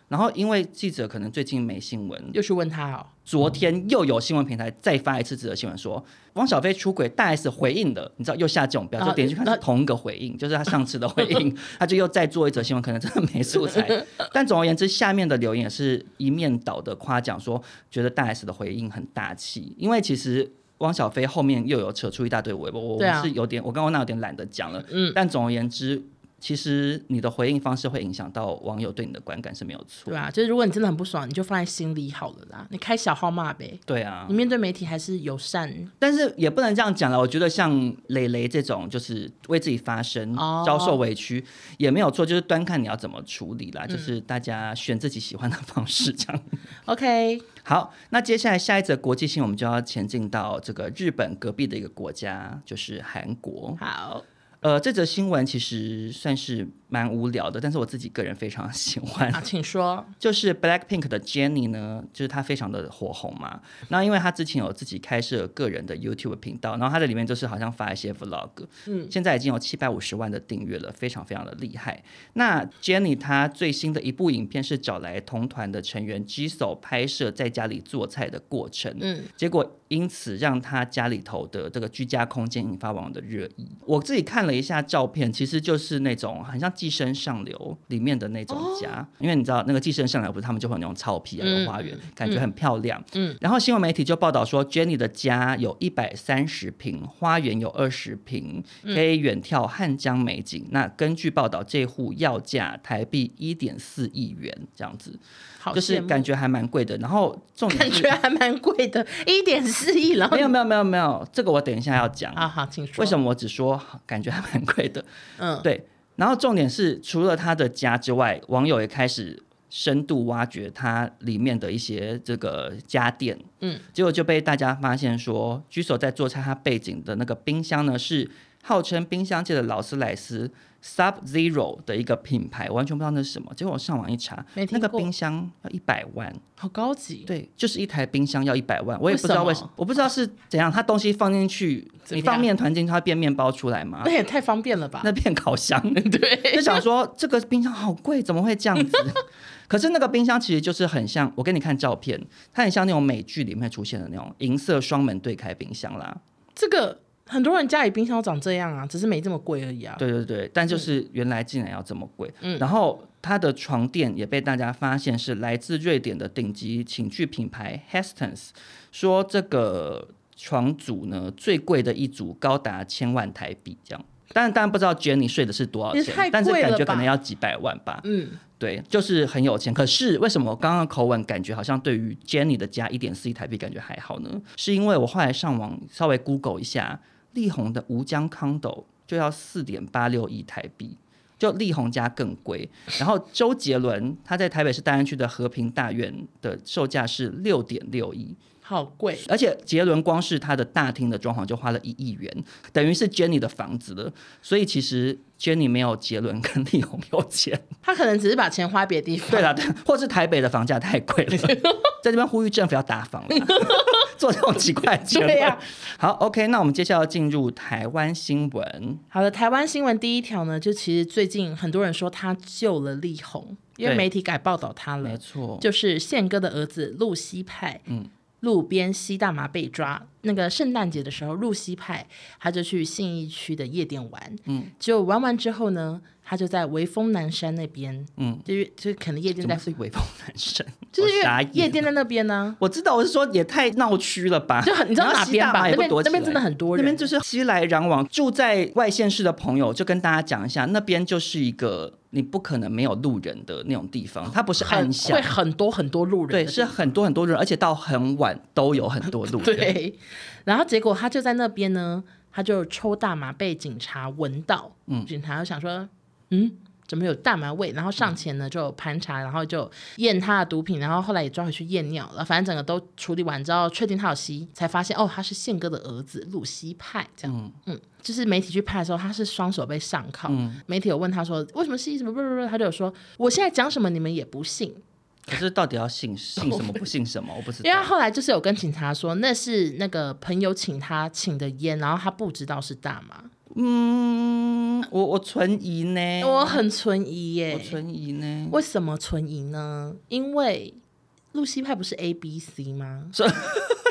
S2: 然后因为记者可能最近没新闻，
S1: 又去问他哦，
S2: 昨天又有新闻平台再发一次自己的新闻说汪小菲出轨，大 S 回应了，你知道又下这种标，
S1: 啊
S2: 就点进去看
S1: 那
S2: 是同一个回应，就是他上次的回 应，他就又再做一则新闻，可能真的没素材。 但总而言之，下面的留言也是一面倒的夸奖说，觉得大 S 的回应很大气，因为其实。汪小菲后面又有扯出一大堆微博，我
S1: 对啊
S2: 我是有点，我刚刚那有点懒得讲了。嗯，但总而言之，其实你的回应方式会影响到网友对你的观感是没有错
S1: 对。啊，就是如果你真的很不爽，你就放在心里好了啦，你开小号骂呗。
S2: 对啊，
S1: 你面对媒体还是友善，
S2: 但是也不能这样讲了。我觉得像蕾蕾这种，就是为自己发声、
S1: 哦
S2: 遭受委屈，也没有错，就是端看你要怎么处理
S1: 嗯
S2: 啦。就是大家选自己喜欢的方式这样。
S1: OK，
S2: 好，那接下来下一则国际性，我们就要前进到这个日本隔壁的一个国家，就是韩国。
S1: 好，
S2: 呃，这则新闻其实算是蛮无聊的，但是我自己个人非常喜欢。
S1: 啊，请说。
S2: 就是 Blackpink 的 Jennie 呢，就是她非常的火红嘛。那因为她之前有自己开设个人的 YouTube 频道，然后她在里面就是好像发一些 Vlog，嗯，现在已经有七百五十万的订阅了，非常非常的厉害。那 Jennie 她最新的一部影片是找来同团的成员 Jisoo 拍摄在家里做菜的过程，
S1: 嗯，
S2: 结果因此让她家里头的这个居家空间引发网友的热议。我自己看了一下照片，其实就是那种很像《寄生上流》里面的那种家，因为你知道那个《寄生上流》不是他们就会有那种草皮啊、
S1: 哦嗯
S2: 有花园，感觉很漂亮。嗯，然后新闻媒体就报道说，Jenny 的家有一百三十平，花园有二十平，可以远眺汉江美景。那根据报道，这户要价台币一点四亿元，这样子，
S1: 好羡慕，
S2: 就是感觉还蛮贵的。然后重点
S1: 感
S2: 是
S1: 觉还蛮贵的，一点四亿，然后
S2: 没有没有没有没有，这个我等一下要讲。
S1: 啊，好，请说。
S2: 为什
S1: 么？
S2: 么我只说感觉还蛮贵的？
S1: 嗯，
S2: 对，然后重点是，除了他的家之外，网友也开始深度挖掘他里面的一些这个家电，
S1: 嗯，
S2: 结果就被大家发现说，居所在做菜，他背景的那个冰箱呢是号称冰箱界的劳斯莱斯 Sub Zero 的一个品牌，完全不知道那是什么。结果我上网一查
S1: 没，听
S2: 那个
S1: 过
S2: 冰箱要一百万，
S1: 好高级。
S2: 对，就是一台冰箱要一百万，我也不知道为
S1: 为
S2: 什
S1: 什
S2: 么
S1: 么，
S2: 我不知道是怎样，它东西放进去，
S1: 怎
S2: 你
S1: 么
S2: 放
S1: 样
S2: 面团进去，它会变面包出来吗
S1: 那？也太方便了吧？
S2: 啊那变烤箱，
S1: 对，
S2: 就想说这个冰箱好贵，怎么会这样子？ 可是那个冰箱其实就是很像，我给你看照片，它很像那种美剧里面出现的那种银色双门对开冰箱啦。
S1: 这个很多人家里冰箱都长这样啊，只是没这么贵而已啊。
S2: 对对对，但就是原来竟然要这么贵。
S1: 嗯
S2: 然后它的床垫也被大家发现是来自瑞典的顶级寝具品牌 Hestons，说这个床组呢最贵的一组高达千万台币这样。但当然不知道 Jenny 睡的是多少
S1: 也
S2: 钱
S1: 太，
S2: 但是
S1: 贵
S2: 感
S1: 了
S2: 觉可能
S1: 吧
S2: 要几百万吧。
S1: 嗯，
S2: 对，就是很有钱。可是为什么我刚刚的口吻感觉好像对于 Jenny 的家一点四亿台币感觉还好呢？是因为我后来上网稍微 Google 一下，丽红的吴江 condo 就要四点八六亿台币。就丽红家更贵，然后周杰伦他在台北市大安区的和平大院的售价是六点六亿，
S1: 好贵。
S2: 而且杰伦光是他的大厅的装潢就花了一亿元，等于是 Jenny 的房子了。所以其实 Jenny 没有杰伦跟丽红有钱。
S1: 他可能只是把钱花别的地方。
S2: 对啦，对或是台北的房价太贵 了，在这边呼吁政府要打房啦 做这种奇怪的结论
S1: 对呀
S2: 好，OK，那我们接下来要进入台湾新闻。
S1: 好的，台湾新闻第一条呢，就其实最近很多人说他救了力宏，因为
S2: 对
S1: 媒体改报道他
S2: 没
S1: 了，
S2: 错，
S1: 就是宪哥的儿子路西派，嗯，路边吸大麻被抓。那个圣诞节的时候，路西派他就去信义区的夜店玩，嗯，结果玩完之后呢，他就在微风南山那边，嗯，就是就是可能夜店
S2: 怎么
S1: 在，
S2: 是微风男生？
S1: 就是因
S2: 我傻
S1: 为
S2: 眼
S1: 夜店在那边呢、
S2: 我知道，我是说也太闹区了吧？
S1: 就很你知道
S2: 然后
S1: 哪
S2: 啊西
S1: 边
S2: 大
S1: 吧
S2: 麻也
S1: 那
S2: 不
S1: 边
S2: 躲起
S1: 那边
S2: 来
S1: 真的很多
S2: 那边
S1: 人
S2: 就是熙来攘往。住在外县市的朋友，就跟大家讲一下，那边就是一个你不可能没有路人的那种地方，它不是
S1: 很
S2: 暗巷
S1: 呃会，很多很多路人的
S2: 对，
S1: 地
S2: 是很多很多人，而且到很晚都有很多路人。
S1: 对，然后结果他就在那边呢，他就抽大麻被警察闻到，嗯，警察就想说，嗯，怎么有大麻味？然后上前呢就盘查，然后就嗯验他的毒品，然后后来也抓回去验尿了，反正整个都处理完之后，确定他有吸，才发现哦，他是宪哥的儿子路西派这样，嗯。就是媒体去拍的时候，他是双手被上铐。媒体有问他说为什么吸什么不不不，他就有说我现在讲什么你们也不信，
S2: 可是到底要信信什么不信什么，我不知
S1: 因为他
S2: 道。
S1: 后来就是有跟警察说，那是那个朋友请他请的烟，然后他不知道是大麻，
S2: 嗯，我我存疑呢，
S1: 我很存疑
S2: 哎我
S1: 耶。
S2: 存疑呢。
S1: 为什么存疑呢？因为露西派不是 A B C 吗？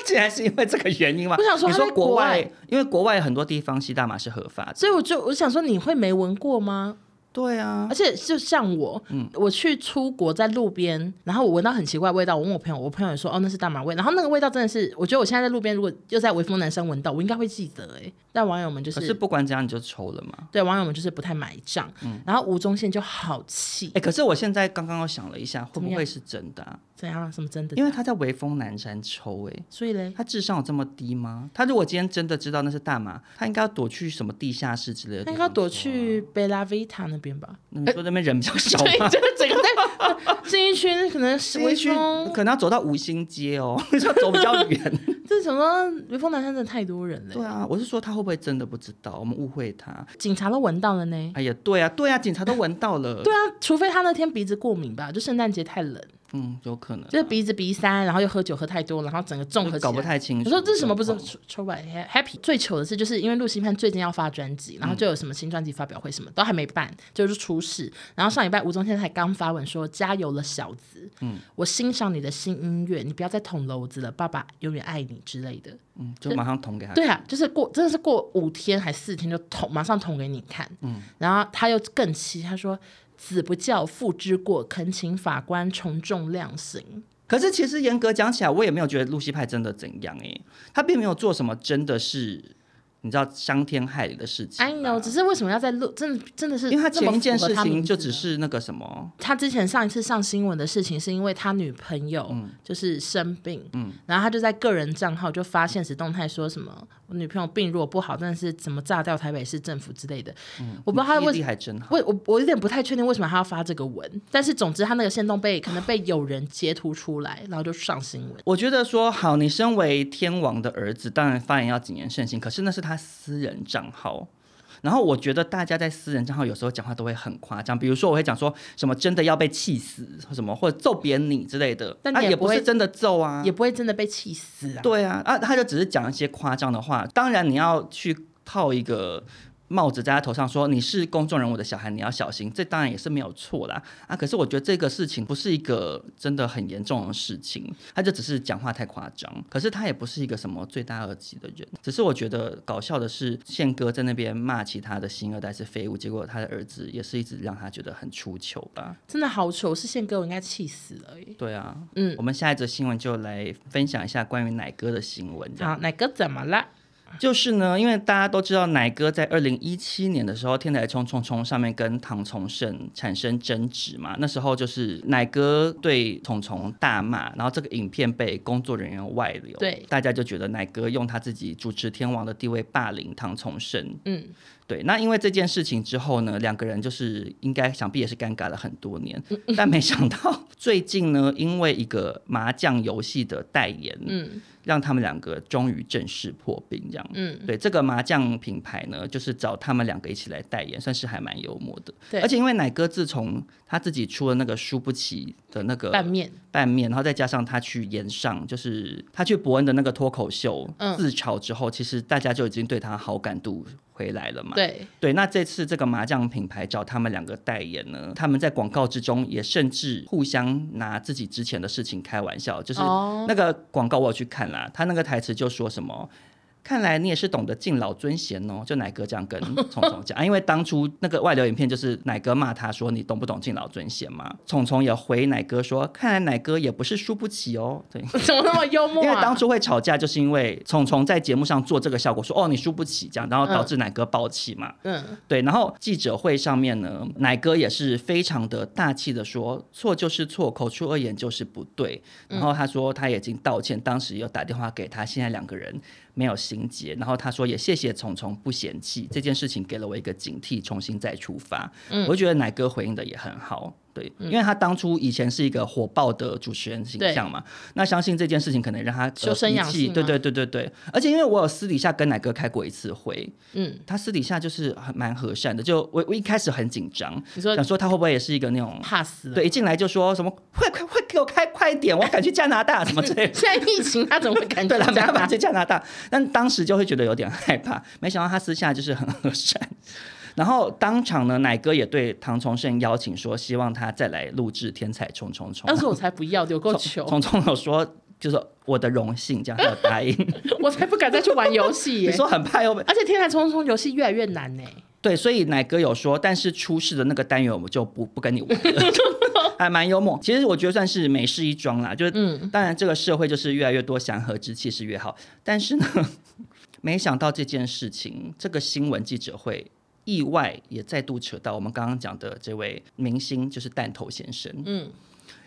S2: 竟然是因为这个原因吗？
S1: 我想说
S2: 你
S1: 他
S2: 说
S1: 在
S2: 国
S1: 国外
S2: 外，因为国外很多地方吸大麻是合法的。
S1: 所以我就我想说，你会没闻过吗？
S2: 对啊
S1: 而，且就像我，
S2: 嗯
S1: 我去出国在路边，然后我闻到很奇怪的味道，我问我朋友，我朋友也说哦那是大麻味，然后那个味道真的是，我觉得我现在在路边如果又在微风南山闻到，我应该会记得哎。但网友们就
S2: 可
S1: 是
S2: 是不管怎样你就抽了嘛。
S1: 对网友们就是不太买账，
S2: 嗯
S1: 然后吴宗宪就好气
S2: 哎、，可是我现在刚刚又想了一下，会不会是真的、啊？
S1: 怎样啊什么真的
S2: 因为他在微风南山抽、欸，
S1: 所以嘞，
S2: 他智商有这么低吗？他如果今天真的知道那是大麻，他应该要躲去什么地下室之类的
S1: 他
S2: 地方
S1: 应
S2: 抽啊。
S1: 该躲去贝拉维塔那边吧？
S2: 那你说那边人比 较少
S1: 对，
S2: 吗？
S1: 就是整个在新哦一区，可能是
S2: 这
S1: 微
S2: 一区
S1: 风，
S2: 可能要走到五星街哦， 要走比较远。
S1: 这什么微风南山真的太多人
S2: 对
S1: 了，
S2: 啊，我是说他会不会真的不知道？我们误会他。
S1: 警察都闻到了呢。
S2: 哎呀，对啊，对啊，警察都闻到 了。
S1: 对啊，除非他那天鼻子过敏吧，就圣诞节太冷，
S2: 嗯，有可能。
S1: 就是鼻子鼻塞，然后又喝酒喝太多，然后整个综合
S2: 就
S1: 起来
S2: 搞不太清
S1: 我
S2: 楚。
S1: 说这是什么不知道
S2: 状况？
S1: 抽抽吧 happy 最糗的是，就是因为陆星汉最近要发专辑，
S2: 嗯
S1: 然后就有什么新专辑发表会什么都还没办，就是出事。然后上礼拜吴宗宪才刚发文说加油了小子，嗯，我欣赏你的新音乐，你不要再捅娄子了，爸爸永远爱你之类的。
S2: 嗯，就马上捅给他。
S1: 对啊，就是过真的是过五天还四天就捅，马上捅给你看。嗯，然后他又更气，他说子不教父之过，恳请法官从重量刑。
S2: 可是其实严格讲起来，我也没有觉得露西派真的怎样哎、他并没有做什么真的是你知道伤天害理的事情啊。
S1: I 哎 know，只是为什么要在录？真的真的是
S2: 因为他
S1: 这么
S2: 前一件
S1: 符合
S2: 事
S1: 他
S2: 情
S1: 名
S2: 就
S1: 字
S2: 只
S1: 呢
S2: 是那个什么，
S1: 他之前上一次上新闻的事情，是因为他女朋友
S2: 嗯
S1: 就是生病，然后他就在个人账号就发现实动态说什么我女朋友病如果不好，但是怎么炸掉台北市政府之类的，我不知道他
S2: 记忆
S1: 为
S2: 嗯力
S1: 什
S2: 还真好。
S1: 为我我有点不太确定为什么他要发这个文，但是总之他那个线动被可能被有人截图出来，然后就上新闻。
S2: 我觉得说好，你身为天王的儿子，当然发言要谨言慎行。可是那是他私人账号，然后我觉得大家在私人账号有时候讲话都会很夸张，比如说我会讲说什么真的要被气死，什么或者揍扁你之类的，
S1: 但
S2: 啊
S1: 你也
S2: 也
S1: 不
S2: 不
S1: 会
S2: 是真的揍啊，
S1: 也不会真的被气死啊！
S2: 对啊，啊，他就只是讲一些夸张的话。当然，你要去套一个帽子在他头上说你是公众人物的小孩，你要小心，这当然也是没有错啦。啊，可是我觉得这个事情不是一个真的很严重的事情，他就只是讲话太夸张。可是他也不是一个什么罪大恶极的人，只是我觉得搞笑的是，宪哥在那边骂其他的新二代是废物，结果他的儿子也是一直让他觉得很出糗吧。
S1: 真的好糗，是宪哥我应该气死了耶。
S2: 对啊，
S1: 嗯，
S2: 我们下一则新闻就来分享一下关于奶哥的新闻。这样
S1: 好，奶哥怎么了？
S2: 就是呢，因为大家都知道奶哥在二零一七年的时候，《天台冲冲冲》上面跟唐崇盛产生争执嘛，那时候就是奶哥对虫虫大骂，然后这个影片被工作人员外流，
S1: 对
S2: 大家就觉得奶哥用他自己主持天王的地位霸凌唐崇盛，
S1: 嗯，
S2: 对，那因为这件事情之后呢，两个人就是应该想必也是尴尬了很多年，但没想到最近呢，因为一个麻将游戏的代言，
S1: 嗯
S2: 让他们两个终于正式破冰，这样。
S1: 嗯，
S2: 对，这个麻将品牌呢，就是找他们两个一起来代言，算是还蛮幽默的。
S1: 对
S2: 而且因为奶哥自从他自己出了那个输不起的那个
S1: 拌面
S2: 拌面，然后再加上他去演上，就是他去伯恩的那个脱口秀、
S1: 嗯
S2: 自嘲之后，其实大家就已经对他好感度。回来了嘛。
S1: 对，
S2: 对，那这次这个麻将品牌找他们两个代言呢，他们在广告之中也甚至互相拿自己之前的事情开玩笑，就是
S1: 哦
S2: 那个广告我有去看啦，他那个台词就说什么。看来你也是懂得敬老尊贤哦，就奶哥这样跟虫虫讲、啊因为当初那个外流影片就是奶哥骂他说你懂不懂敬老尊贤嘛，虫虫也回奶哥说，看来奶哥也不是输不起哦，对，
S1: 怎么那么幽默、啊？
S2: 因为当初会吵架，就是因为虫虫在节目上做这个效果，说哦你输不起这样，然后导致奶哥爆气嘛。
S1: 嗯，
S2: 对，然后记者会上面呢，奶哥也是非常的大气的说，错就是错，口出恶言就是不对。然
S1: 嗯
S2: 后他说他已经道歉，当时有打电话给他，现在两个人没有心结。然后他说也谢谢虫虫不嫌弃这件事情，给了我一个警惕，重新再出发。
S1: 嗯
S2: 我觉得奶哥回应的也很好。对，因为他当初以前是一个火爆的主持人形象嘛，那相信这件事情可能让他呃
S1: 修身养
S2: 脾气
S1: 性啊
S2: 对
S1: 吗
S2: 对对对对，而且因为我有私底下跟奶哥开过一次会，
S1: 嗯，
S2: 他私底下就是很蛮和善的，就我我一开始很紧张，
S1: 你说
S2: 想说他会不会也是一个那种，
S1: 怕死了。
S2: 对，一进来就说什么快快快给我开快点，我赶去加拿大什么 之类的。
S1: 现在疫情，他怎么会感
S2: 对
S1: 觉
S2: 了，
S1: 这
S2: 没
S1: 样
S2: 办法
S1: 啊？
S2: 去加拿大，但当时就会觉得有点害怕，没想到他私下就是很和善。然后当场呢，奶哥也对唐崇盛邀请说，希望他再来录制《天才冲冲 冲啊
S1: 当》。时我才不要，有够糗，
S2: 从从有说，就是我的荣幸，这样他有 答应。
S1: 我才不敢再去玩游戏
S2: 你
S1: 耶。
S2: 说很怕又被
S1: 而且《天才冲冲》游戏越来越难呢。
S2: 对，所以奶哥有说，但是出事的那个单元我们就不不跟你玩 了，还蛮幽默。其实我觉得算是美事一桩啦，就是、
S1: 嗯
S2: 当然这个社会就是越来越多祥和之气是越好，但是呢，没想到这件事情，这个新闻记者会。意外也再度扯到我们刚刚讲的这位明星，就是弹头先生。
S1: 嗯，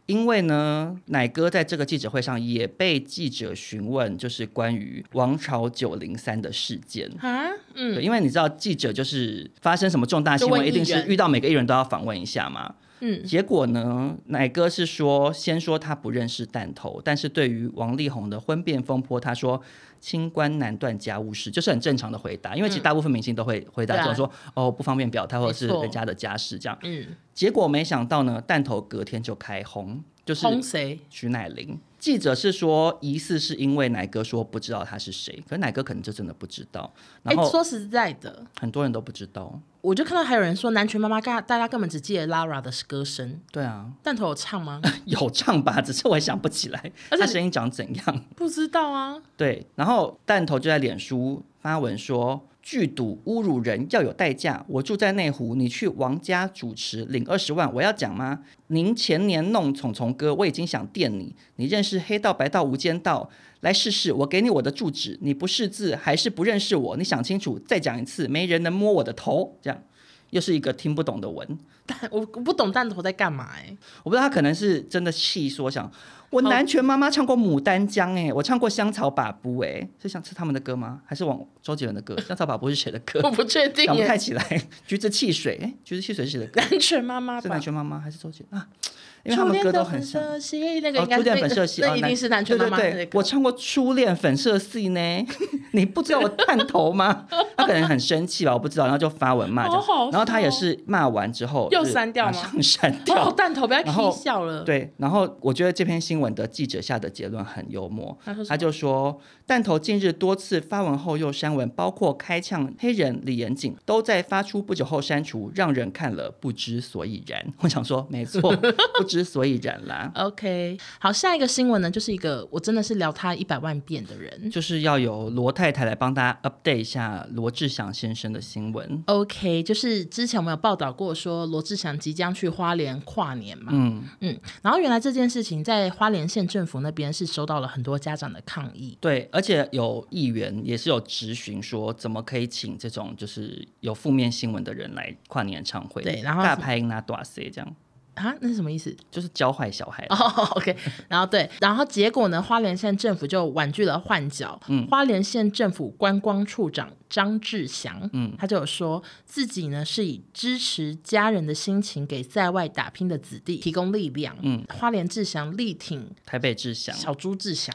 S2: 因为呢，奶哥在这个记者会上也被记者询问，就是关于王朝九零三的事件。
S1: 啊，嗯，
S2: 对，因为你知道记者就是发生什么重大新
S1: 就
S2: 闻，
S1: 问
S2: 一定
S1: 艺
S2: 是
S1: 人
S2: 遇到每个艺人都要访问一下嘛。
S1: 嗯，
S2: 结果呢，奶哥是说，先说他不认识弹头，但是对于王力宏的婚变风波，他说清官难断家务事，就是很正常的回答，因为其实大部分明星都会回答
S1: 嗯对啊
S2: 这种说、哦不方便表态或者是
S1: 没错
S2: 人家的家事这样。
S1: 嗯，
S2: 结果没想到呢，弹头隔天就开轰，就是
S1: 轰谁？
S2: 徐乃麟。记者是说，疑似是因为奶哥说不知道他是谁，可是奶哥可能就真的不知道，
S1: 哎
S2: 然，后
S1: 说实在的，
S2: 很多人都不知道。
S1: 我就看到还有人说男权妈妈，大大家根本只记得 Lara 的歌声，
S2: 对啊，
S1: 弹头有唱吗？
S2: 有唱吧，只是我想不起来
S1: 而且
S2: 他声音长怎样。
S1: 不知道啊，
S2: 对，然后弹头就在脸书发文说，剧赌侮辱人要有代价。我住在内湖，你去王家主持领二十万，我要讲吗？您前年弄虫虫哥，我已经想电你。你认识黑道、白道、无间道，来试试。我给你我的住址，你不识字还是不认识我？你想清楚，再讲一次，没人能摸我的头。这样，又是一个听不懂的文。
S1: 但我我不懂弹头在干嘛 哎、
S2: 我不知道他可能是真的气说想，我南拳妈妈唱过《牡丹江》哎，我唱过《香草把布》哎，是想是他们的歌吗？还是往周杰伦的歌？《香草把布》是谁的歌？
S1: 我不确定
S2: 想不
S1: 耶、
S2: 太起来。橘子汽水，哎，橘子汽水是谁的歌？
S1: 男权妈妈
S2: 是南
S1: 吧。
S2: 拳妈妈还是周杰啊？因为他们歌都很像。
S1: 初恋的粉色系那个
S2: 哦
S1: 应该
S2: 初
S1: 是
S2: 恋粉色系，
S1: 那
S2: 哦
S1: 一定是男权妈妈
S2: 对
S1: 的
S2: 对
S1: 那
S2: 对，
S1: 个
S2: 我唱过初恋粉色系呢， 你不知道我探头吗？他可能很生气吧，我不知道，然后就发文骂这样
S1: 好好笑哦
S2: 然后他也是骂完之后
S1: 又
S2: 就是
S1: 删掉
S2: 马
S1: 吗
S2: 上删掉
S1: 哦，，弹头不要
S2: 然后
S1: K 笑了。
S2: 对，然后我觉得这篇新闻的记者下的结论很幽默
S1: 他说，什
S2: 他
S1: 么
S2: 就说，弹头近日多次发文后又删文，包括开呛黑人李延景，都在发出不久后删除，让人看了不知所以然。 我想说，没错，不知所以然 啦，
S1: OK，好，下一个新闻呢，就是一个我真的是聊他一百万遍的人。
S2: 就是要由罗太太来帮大家 update 一下罗志祥先生的新闻。
S1: OK，就是之前我们有报道过说罗志祥即将去花莲跨年嘛，
S2: 嗯，
S1: 嗯，然后原来这件事情在花莲县政府那边是收到了很多家长的抗议，
S2: 对，而且有议员也是有质询说，怎么可以请这种就是有负面新闻的人来跨年演唱会？
S1: 对然后
S2: 大
S1: 是
S2: 拍音啊，大 C 这样。
S1: 啊，那是什么意思？
S2: 就是教坏小 孩。
S1: 哦、o k 然后对，然后结果呢，花莲县政府就婉拒了换角。
S2: 嗯
S1: 花莲县政府观光处长张志祥，嗯，他就有说自己呢是以支持家人的心情给在外打拼的子弟提供力量。嗯，花莲志祥力挺
S2: 台北志祥，
S1: 小猪志祥。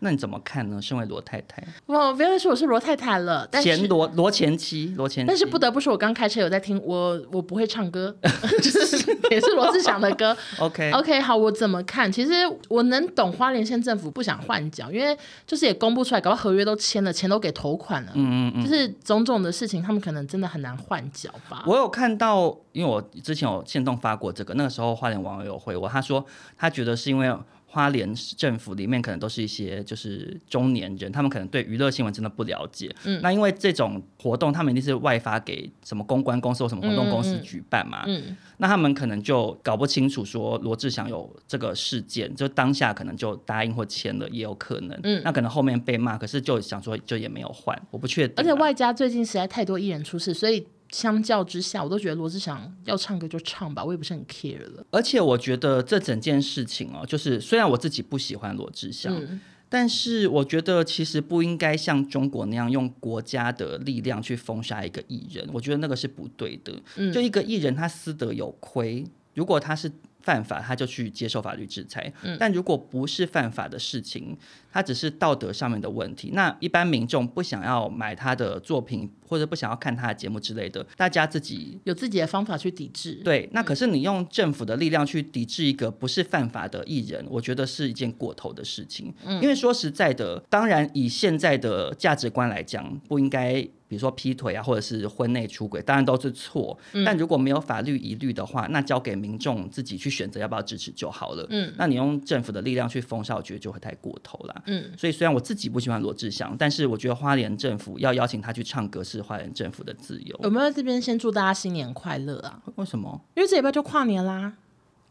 S2: 那你怎么看呢？身为罗太太，
S1: 我不要说我是罗太太了，但
S2: 前
S1: 是
S2: 罗罗前妻，罗前妻，
S1: 但是不得不说，我刚开车有在听，我我不会唱 歌， 就是也是罗志祥的歌。
S2: OK，
S1: OK，好，我怎么看？其实我能懂花莲县政府不想换角，因为就是也公布出来，搞到合约都签了，钱都给头款了，
S2: 嗯嗯嗯。
S1: 就是种种的事情，他们可能真的很难换角吧。
S2: 我有看到，因为我之前有现动发过这个，那个时候花莲网友有回我，他说他觉得是因为花莲政府里面可能都是一些就是中年人，他们可能对娱乐新闻真的不了解。嗯，那因为这种活动，他们一定是外发给什么公关公司或什么活动公司举办嘛。
S1: 嗯，
S2: 那他们可能就搞不清楚说罗志祥有这个事件，就当下可能就答应或签了，也有可能。嗯，那可能后面被骂，可是就想说就也没有换，我不确定啊、
S1: 而且外加最近实在太多艺人出事，所以相较之下，我都觉得罗志祥要唱歌就唱吧，我也不是很 care 了。
S2: 而且我觉得这整件事情哦，就是虽然我自己不喜欢罗志
S1: 嗯
S2: 祥，但是我觉得其实不应该像中国那样用国家的力量去封杀一个艺人，我觉得那个是不对的。就一个艺人他私德有亏，如果他是。犯法，他就去接受法律制裁。但如果不是犯法的事情，他只是道德上面的问题，那一般民众不想要买他的作品，或者不想要看他的节目之类的，大家自己
S1: 有自己的方法去抵制。
S2: 对，那可是你用政府的力量去抵制一个不是犯法的艺人，我觉得是一件过头的事情。因为说实在的，当然以现在的价值观来讲，不应该。比如说劈腿啊，或者是婚内出轨，当然都是错。但如果没有法律疑虑的话，那交给民众自己去选择要不要支持就好了。嗯，那你用政府的力量去封杀，我觉得就会太过头啦。嗯，所以虽然我自己不喜欢罗志祥，但是我觉得花莲政府要邀请他去唱歌是花莲政府的自由。
S1: 我们在这边先祝大家新年快乐啊！
S2: 为什么？
S1: 因为这礼拜就跨年啦。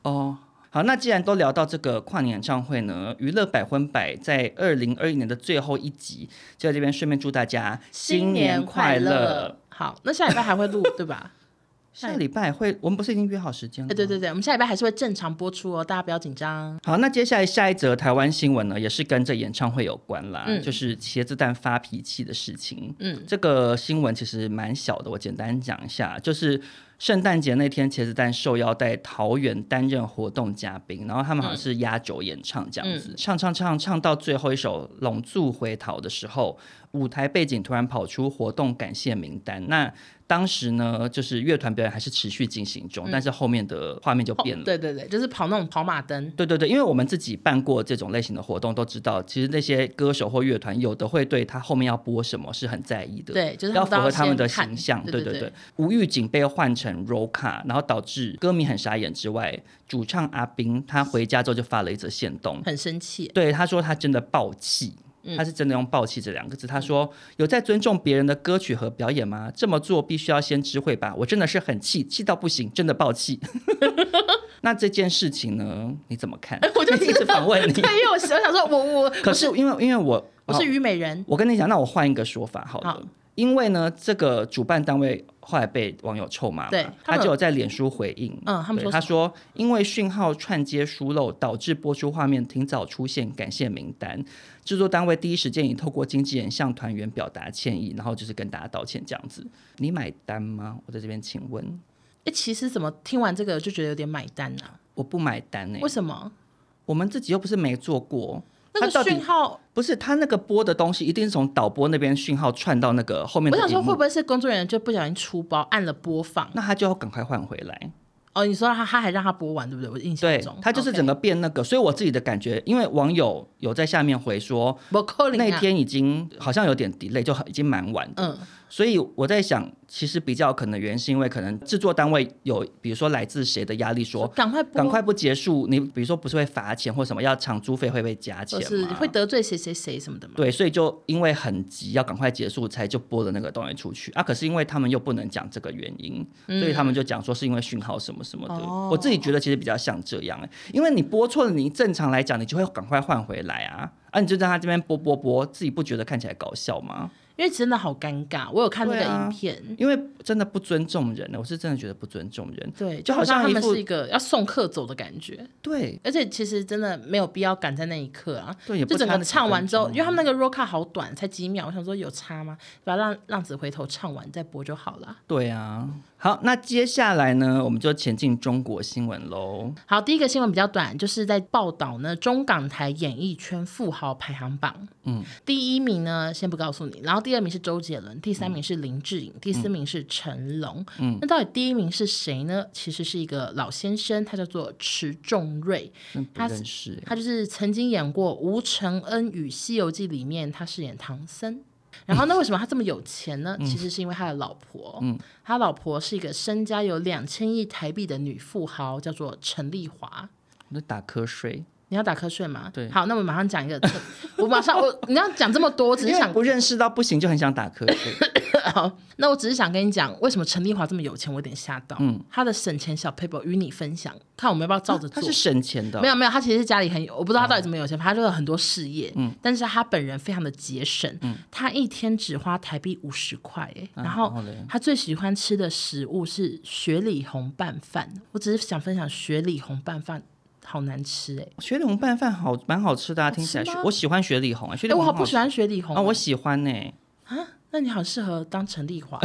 S2: 哦，好，那既然都聊到这个跨年演唱会呢，娱乐百分百在二零二一年的最后一集，就在这边顺便祝大家新年快乐！！
S1: 好，那下礼拜还会录对吧？
S2: 下礼拜会，我们不是已经约好时间了
S1: 哎、
S2: 吗？
S1: 对对对，我们下礼拜还是会正常播出哦，大家不要紧张。
S2: 好，那接下来下一则台湾新闻呢，也是跟这演唱会有关啦，
S1: 嗯
S2: 就是茄子蛋发脾气的事情。
S1: 嗯
S2: 嗯，这个新闻其实蛮小的，我简单讲一下，就是圣诞节那天，茄子蛋受邀在桃园担任活动嘉宾，然后他们好像是压轴演唱这样子，唱唱唱唱到最后一首《龙柱回逃》的时候，舞台背景突然跑出活动感谢名单，那。当时呢，就是乐团表演还是持续进行中，但是后面的画面就变了。
S1: 对对对，就是跑那种跑马灯。
S2: 对对对，因为我们自己办过这种类型的活动，都知道，其实那些歌手或乐团有的会对他后面要播什么是很在意的，
S1: 对就是他们
S2: 要符
S1: 都要
S2: 合他们的
S1: 先看
S2: 形象。
S1: 对
S2: 对
S1: 对
S2: 对
S1: 对
S2: 对，吴玉景被换成 Roca，然后导致歌迷很傻眼之外，主唱阿斌他回家之后就发了一则线动，
S1: 很生 气，
S2: 对，他说他真的爆气。
S1: 嗯
S2: 他是真的用“爆气”这两个字。他说：“有在尊重别人的歌曲和表演吗？这么做必须要先知会吧。我真的是很气，气到不行，真的 爆气。” 那这件事情呢？你怎么看？
S1: 哎我就
S2: 一直反问
S1: 对，因
S2: 你。
S1: 为我我想说我， 我我
S2: 可是因为因为我
S1: 我是虞美人，
S2: 我跟你讲，那我换一个说法好了。
S1: 好
S2: 因为呢，这个主办单位后来被网友臭骂嘛，
S1: 对他
S2: 他
S1: 们
S2: 就有在脸书回应，
S1: 嗯他们
S2: 对
S1: 说什么
S2: 他说因为讯号串接疏漏导致播出画面挺早出现感谢名单，制作单位第一时间已透过经纪人向团员表达歉意，然后就是跟大家道歉这样子。你买单吗？我在这边请问，
S1: 哎、其实怎么听完这个就觉得有点买单呢、
S2: 我不买单呢、
S1: 为什么？
S2: 我们自己又不是没做过，
S1: 那
S2: 他到
S1: 个
S2: 底
S1: 讯号，
S2: 不是他那个播的东西一定是从导播那边讯号串到那个后面
S1: 我
S2: 的
S1: 想说
S2: 荧幕
S1: 会不会是工作人员就不小心出包按了播放？
S2: 那他就要赶快换回来。
S1: 哦，你说他他还让他播完，对不对？我印象
S2: 对
S1: 中，
S2: 他就是整个变那个所以我自己的感觉，因为网友有在下面回说，
S1: 我扣零
S2: 那天已经好像有点 delay，就已经蛮晚的。
S1: 嗯，
S2: 所以我在想，其实比较可能原因是因为可能制作单位有，比如说来自谁的压力说，
S1: 赶快播，
S2: 赶快不结束，你比如说不是会罚钱或什么，要场租费会被加钱
S1: 就
S2: 吗？
S1: 是会得罪谁谁谁什么的嘛。
S2: 对，所以就因为很急，要赶快结束，才就播了那个东西出去啊。可是因为他们又不能讲这个原因，所以他们就讲说是因为讯号什么什么
S1: 嗯
S2: 的。
S1: 哦
S2: 我自己觉得其实比较像这样、欸因为你播错了，你正常来讲你就会赶快换回来啊，啊，你就让他这边播播播，自己不觉得看起来搞笑吗？
S1: 因为真的好尴尬。我有看那个
S2: 对
S1: 影
S2: 啊
S1: 片，
S2: 因为真的不尊重人欸了，我是真的觉得不尊重人。
S1: 对，
S2: 就
S1: 就
S2: 好像
S1: 他
S2: 一
S1: 们
S2: 副
S1: 是一个要送客走的感觉，
S2: 对
S1: 而且其实真的没有必要赶在那一刻啊。
S2: 对，也不
S1: 就整
S2: 差
S1: 个
S2: 那几
S1: 唱完
S2: 分
S1: 之后，
S2: 钟啊
S1: 因为他们那个 roca 好短，才几秒，我想说有差吗？把浪浪子回头唱完再播就好了。
S2: 对啊。好，那接下来呢，我们就前进中国新闻喽。
S1: 好，第一个新闻比较短，就是在报道呢中港台演艺圈富豪排行榜。嗯，第一名呢先不告诉你，然后第二名是周杰伦，第三
S2: 嗯
S1: 名是林志颖，第四名是成龙。嗯，那到底第一名是谁呢？其实是一个老先生，他叫做池仲瑞，
S2: 真不
S1: 他是
S2: 认识欸，
S1: 他就是曾经演过《吴承恩与西游记》里面，他饰演唐僧。然后那为什么他这么有钱
S2: 嗯
S1: 呢？其实是因为他的老婆，他老婆是一个身家有两千亿台币的女富豪，叫做陈丽华。
S2: 我在打瞌睡，
S1: 你要打瞌睡吗？
S2: 对
S1: 好，那我马上讲一个特，我马上我你要讲这么多，我只是
S2: 因为
S1: 想
S2: 不认识到不行，就很想打瞌睡。
S1: 好，那我只是想跟你讲，为什么陈丽华这么有钱，我有点吓到。嗯，她的省钱小 paper 与你分享，看我们要不要照着
S2: 他
S1: 做。
S2: 是省钱的哦，
S1: 没有没有，他其实家里很有，我不知道他到底怎么有
S2: 嗯
S1: 钱，反正他就有很多事业，但是他本人非常的节省，他一天只花台币五十块，哎、然后
S2: 嗯啊然后嘞
S1: 他最喜欢吃的食物是雪里红拌饭，我只是想分享雪里红拌饭好难吃，哎、
S2: 雪里红拌饭好蛮好吃的、啊，听起来
S1: 吃
S2: 雪
S1: 吗
S2: 我喜欢雪里红、啊，雪
S1: 哎、
S2: 里红
S1: 我好
S2: 很
S1: 不喜欢雪里红哎
S2: 啊、我喜欢呢、
S1: 那你好适合当陈丽 华，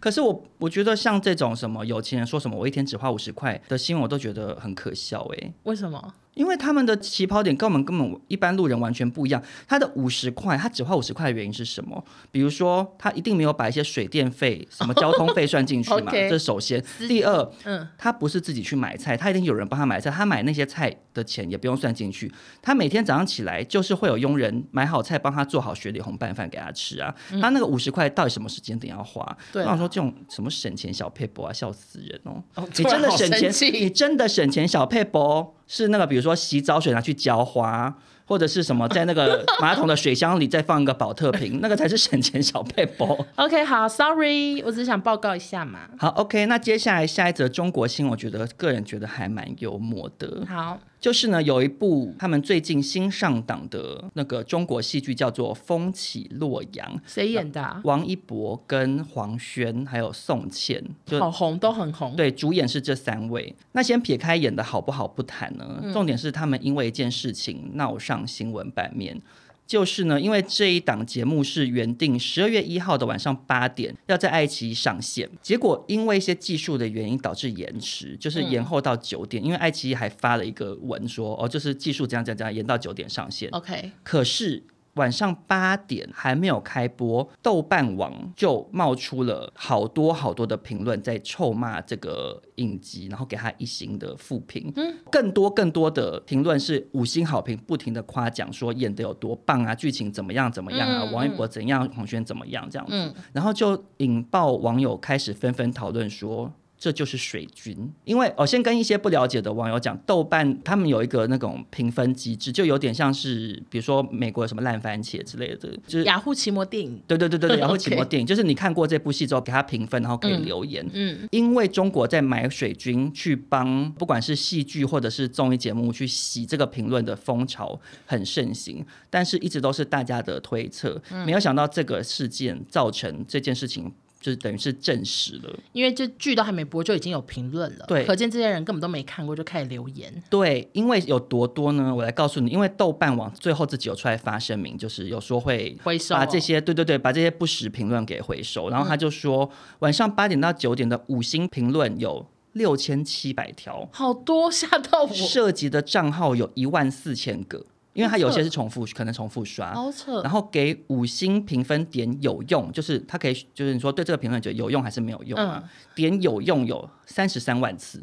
S2: 可是我我觉得像这种什么有钱人说什么我一天只花五十块的新闻，我都觉得很可笑哎、
S1: 为什么？
S2: 因为他们的起跑点跟我们根本一般路人完全不一样。他的五十块，他只花五十块的原因是什么？比如说，他一定没有把一些水电费、什么交通费算进去嘛，
S1: OK
S2: 这是首先。第二，
S1: 嗯，
S2: 他不是自己去买菜，他一定有人帮他买菜，他买那些菜的钱也不用算进去。他每天早上起来就是会有佣人买好菜，帮他做好雪里红拌饭给他吃啊。他那个五十块到底什么时间点要花？
S1: 嗯对啊
S2: 我想说
S1: 啦
S2: 这种什么省钱小 paper 啊，笑死人哦！
S1: 哦
S2: 你真
S1: 突
S2: 的省
S1: 然好生
S2: 钱，
S1: 气
S2: 你真的省钱小配博是那个，比如说洗澡水拿去浇花，或者是什么在那个马桶的水箱里再放一个保 特瓶，那个才是省钱小配博。
S1: OK，好，Sorry，我只是想报告一下嘛。
S2: 好，OK，那接下来下一则中国新闻，我觉得个人觉得还蛮幽默的，
S1: 好，
S2: 就是呢有一部他们最近新上档的那个中国戏剧叫做《风起洛阳》，
S1: 谁演的、啊？
S2: 王一博跟黄轩还有宋茜，就
S1: 好红，都很红。
S2: 对，主演是这三位。那先撇开演的好不好不谈呢，重点是他们因为一件事情闹上新闻版面。就是呢，因为这一档节目是原定十二月一号的晚上八点要在爱奇艺上线，结果因为一些技术的原因导致延迟，就是延后到九点。因为爱奇艺还发了一个文说，哦，就是技术这样这样这样延到九点上线。
S1: OK，
S2: 可是晚上八点还没有开播，豆瓣网就冒出了好多好多的评论在臭骂这个影集，然后给他一星的负评。嗯，更多更多的评论是五星好评，不停的夸奖说演的有多棒啊，剧情怎么样怎么样啊，
S1: 嗯
S2: 王一博怎样，黄轩怎么样这样子，
S1: 嗯
S2: 然后就引爆网友开始纷纷讨论说。这就是水军，因为我、哦、先跟一些不了解的网友讲，豆瓣他们有一个那种评分机制，就有点像是比如说美国有什么烂番茄之类的，就是
S1: 雅虎奇摩电影，
S2: 对对对 对对，然后
S1: OK
S2: 奇摩电影，就是你看过这部戏之后给他评分，然后可以留言。
S1: 嗯，
S2: 因为中国在买水军去帮不管是戏剧或者是综艺节目去洗这个评论的风潮很盛行，但是一直都是大家的推测，
S1: 嗯
S2: 没有想到这个事件造成这件事情就是等于是证实了。
S1: 因为这剧都还没播就已经有评论了，
S2: 对
S1: 可见这些人根本都没看过就开始留 言。
S2: 对，因为有多多呢？我来告诉你，因为豆瓣网最后自己有出来发声明，就是有说会
S1: 回收哦
S2: 把这些对对对，把这些不实评论给回收。然后他就说，晚上八点到九点的五星评论有六千七百条，
S1: 好多吓到我，
S2: 涉及的账号有一万四千个，因为它有些是重复，可能重复刷。
S1: 好扯
S2: 啊然。后给五星评分点有用，就是他可以，就是你说对这个评论觉得有用还是没有
S1: 嗯
S2: 用啊？点有用有三十三万次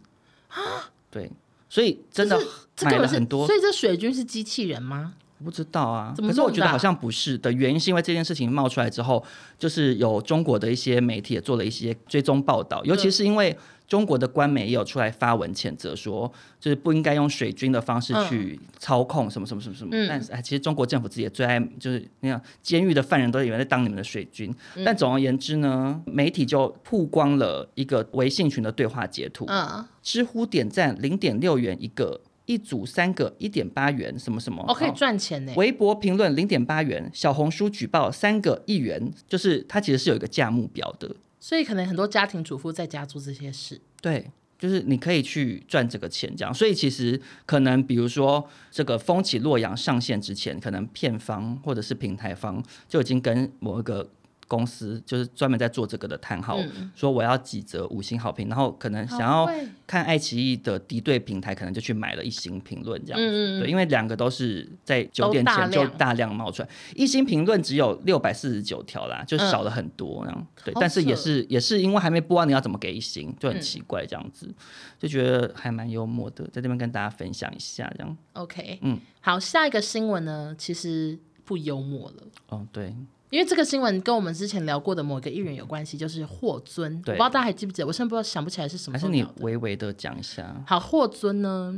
S2: 对，所以真的
S1: 这
S2: 买
S1: 根本
S2: 了
S1: 啊是
S2: 很多，
S1: 所以这水军是机器人吗？
S2: 我不知道啊，
S1: 怎么
S2: 可是我
S1: 弄
S2: 觉
S1: 的
S2: 得
S1: 啊
S2: 好像不是的原因，是因为这件事情冒出来之后，就是有中国的一些媒体也做了一些追踪报
S1: 嗯
S2: 道，尤其是因为中国的官媒也有出来发文谴责说，就是不应该用水军的方式去操控什么什么什么什么。
S1: 嗯
S2: 但是哎，其实中国政府自己也最爱就是那样，监狱的犯人都以为在当你们的水军。
S1: 嗯
S2: 但总而言之呢，媒体就曝光了一个微信群的对话截图，
S1: 嗯，
S2: 知乎点赞零点六元一个，一组三个一点八元什么什么，
S1: 哦，可以
S2: 好
S1: 赚钱呢。
S2: 微博评论零点八元，小红书举报三个一元，就是它其实是有一个价目表的，
S1: 所以可能很多家庭主妇在家做这些事。
S2: 对，就是你可以去赚这个钱这样。所以其实可能比如说这个风起洛阳上线之前，可能片方或者是平台方就已经跟某一个。公司就是专门在做这个的叹号，说我要几折五星好评，然后可能想
S1: 嗯好
S2: 要
S1: 会
S2: 看爱奇艺的敌对平台，可能就去买了一星评论这样子。
S1: 嗯嗯嗯
S2: 对，因为两个都是在九点
S1: 大
S2: 前就
S1: 量
S2: 大量冒出来，一星评论只有六百四十九条啦，就
S1: 嗯
S2: 少了很多。然后、对，
S1: 好
S2: 但是也
S1: 扯
S2: 是也是因为还没播完，你要怎么给一星，就很
S1: 嗯
S2: 奇怪这样子，就觉得还蛮幽默的，在这边跟大家分享一下这样。
S1: OK，
S2: 嗯
S1: 好，下一个新闻呢，其实不幽默了。
S2: 哦，对，
S1: 因为这个新闻跟我们之前聊过的某个艺人有关系，就是霍尊。我不
S2: 对
S1: 知道大家还记不记得，我现在不知道想不起来是什么
S2: 还
S1: 时
S2: 是
S1: 候
S2: 你
S1: 聊的。
S2: 微微的讲一下。
S1: 好，霍尊呢，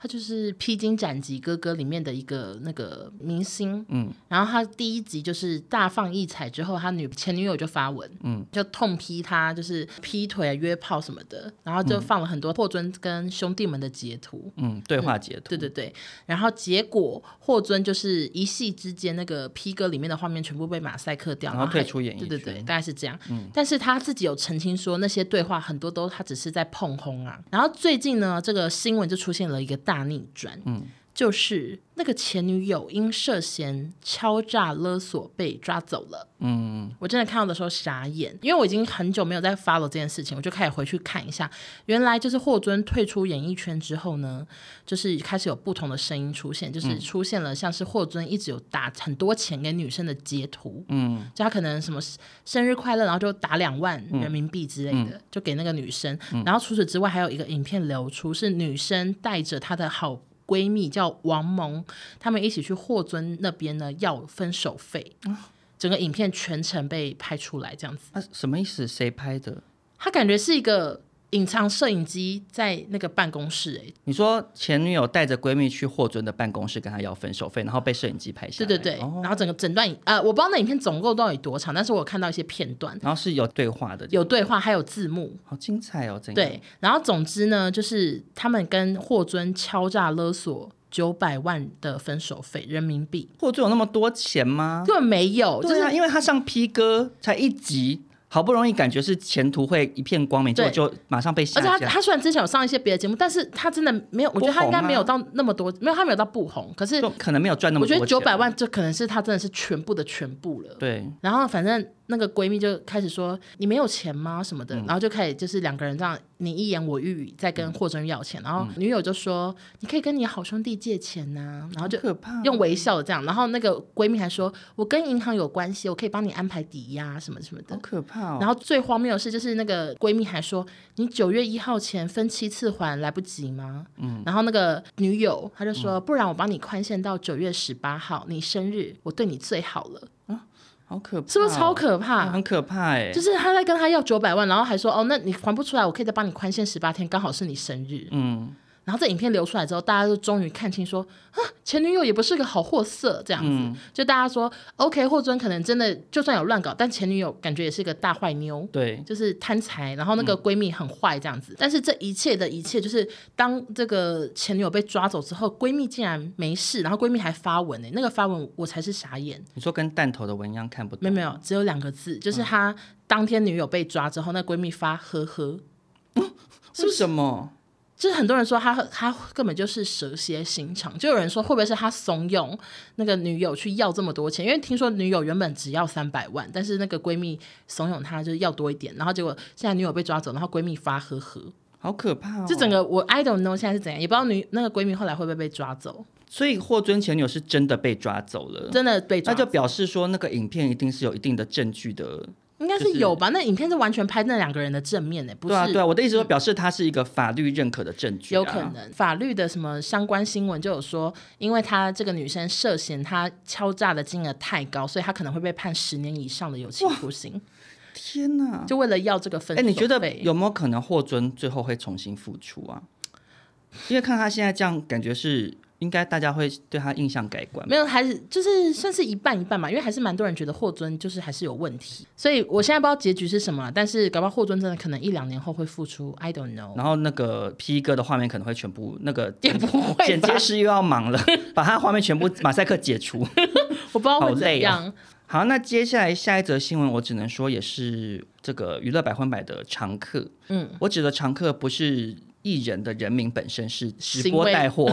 S1: 他就是《披荆斩棘哥哥》里面的一个那个明星，嗯，然后他第一集就是大放异彩之后，他女前女友就发文，嗯，就痛批他就是劈腿、啊、约炮什么的，然后就放了很多霍尊跟兄弟们的截图，
S2: 嗯，对话截图。
S1: 对对对，然后结果霍尊就是一夕之间，那个 P 哥里面的画面全部被马赛克掉，
S2: 然
S1: 然
S2: 后退
S1: 啊还
S2: 出演艺
S1: 对对对，
S2: 圈嗯
S1: 大概是这样。但是他自己有澄清说，那些对话很多都他只是在碰轰啊。然后最近呢，这个新闻就出现了一个大逆转，
S2: 嗯
S1: 就是那个前女友因涉嫌敲诈勒索被抓走了。
S2: 嗯，
S1: 我真的看到的时候傻眼，因为我已经很久没有在 follow 这件事情，我就开始回去看一下，原来就是霍尊退出演艺圈之后呢，就是开始有不同的声音出现，
S2: 嗯
S1: 就是出现了像是霍尊一直有打很多钱给女生的截图，嗯，就他可能什么生日快乐，然后就打两万人民币之类的，就给那个女生，然后除此之外还有一个影片流出，是女生带着她的好。闺蜜叫王萌，他们一起去霍尊那边呢要分手费，整个影片全程被拍出来这样子。
S2: 那、啊什么意思？谁拍的？
S1: 他感觉是一个隐藏摄影机在那个办公室、欸，
S2: 你说前女友带着闺蜜去霍尊的办公室跟她要分手费，然后被摄影机拍下
S1: 对
S2: 来。
S1: 对对，
S2: 哦
S1: 然后整个整段影呃，我不知道那影片总共到底多长，但是我有看到一些片段，
S2: 然后是有对话的，
S1: 有对话，还有字幕。
S2: 好精彩哦，真的。
S1: 对，然后总之呢，就是他们跟霍尊敲诈勒索九百万的分手费人民币，
S2: 霍尊有那么多钱吗？
S1: 根本没有，就
S2: 哦对啊，
S1: 是
S2: 因为他上 P 哥才一集，好不容易感觉是前途会一片光明，结
S1: 对
S2: 果就马上被下
S1: 而且他
S2: 架。
S1: 他虽然之前有上一些别的节目，但是他真的没有，我觉得他应该没有到那么多，没有他没有到不红，可是
S2: 就可能没有赚那
S1: 我
S2: 么多
S1: 觉
S2: 钱。
S1: 得九百万这可能是他真的是全部的全部了。
S2: 对，
S1: 然后反正那个闺蜜就开始说你没有钱吗什么
S2: 嗯
S1: 的，然后就开始就是两个人这样你一言我一语在跟霍尊要钱，然后女友就说你可以跟你好兄弟借钱呐、然后就
S2: 好可怕哦
S1: 用微笑的这样，然后那个闺蜜还说我跟银行有关系，我可以帮你安排抵押什么什么的
S2: 好。可怕哦。
S1: 然后最荒谬的是，就是那个闺蜜还说：“你九月一号前分七次还来不及吗？”嗯，然后那个女友
S2: 嗯
S1: 她就说：“不然我帮你宽限到九月十八号，你生日，我对你最好了。
S2: 好可怕哦、”
S1: 是不是超可
S2: 嗯
S1: 怕？
S2: 很可怕哎、
S1: 就是她在跟他要九百万，然后还说：“哦，那你还不出来，我可以再帮你宽限十八天，刚好是你生日。”
S2: 嗯，
S1: 然后这影片流出来之后，大家就终于看清说，啊，前女友也不是个好货色，这样子。就大家说，OK，霍尊可能真的就算有乱搞，但前女友感觉也是个大坏妞。
S2: 对，
S1: 就是贪财，然后那个闺蜜很坏这样子。但是这一切的一切，就是当这个前女友被抓走之后，闺蜜竟然没事，然后闺蜜还发文欸呢、那个发文我才是傻眼，
S2: 你说跟弹头的文一样看不
S1: 没
S2: 懂，
S1: 有没有，只有两个字，就是她当天女友被抓之后，那闺蜜发呵呵。
S2: 是什么？
S1: 就是很多人说她她根本就是蛇蝎心肠，就有人说会不会是她怂恿那个女友去要这么多钱？因为听说女友原本只要三百万，但是那个闺蜜怂恿她就是要多一点，然后结果现在女友被抓走，然后闺蜜发呵呵。
S2: 好可怕哦！
S1: 就整个我 I don't know 现在是怎样，也不知道女那个闺蜜后来会不会被抓走，
S2: 所以霍尊前女友是真的被抓走了，
S1: 真的被抓
S2: 那
S1: 走，
S2: 就表示说那个影片一定是有一定的证据的。
S1: 应该是有吧？那影片是完全拍那两个人的正面呢、欸不是？
S2: 对啊，对啊，我的意思说表示它是一个法律认可的证据、啊，
S1: 有可能法律的什么相关新闻就有说，因为她这个女生涉嫌她敲诈的金额太高，所以她可能会被判十年以上的有期徒刑，
S2: 天哪！
S1: 就为了要这个分
S2: 哎、
S1: 手费。
S2: 你觉得有没有可能霍尊最后会重新复出啊？因为看他现在这样，感觉是应该大家会对他印象改观。
S1: 没有，还是就是算是一半一半嘛，因为还是蛮多人觉得霍尊就是还是有问题，所以我现在不知道结局是什么了，但是搞不好霍尊真的可能一两年后会复出，I don't know。
S2: 然后那个 P 哥的画面可能会全部那个
S1: 也不会吧
S2: 剪接师又要忙了，把他的画面全部马赛克解除。
S1: 我不知道
S2: 好
S1: 会
S2: 累
S1: 怎
S2: 哦
S1: 样。
S2: 好，那接下来下一则新闻，我只能说也是这个娱乐百分百的常客。
S1: 嗯，
S2: 我指的常客不是艺人的人名本身，是直
S1: 行
S2: 播
S1: 为
S2: 带货。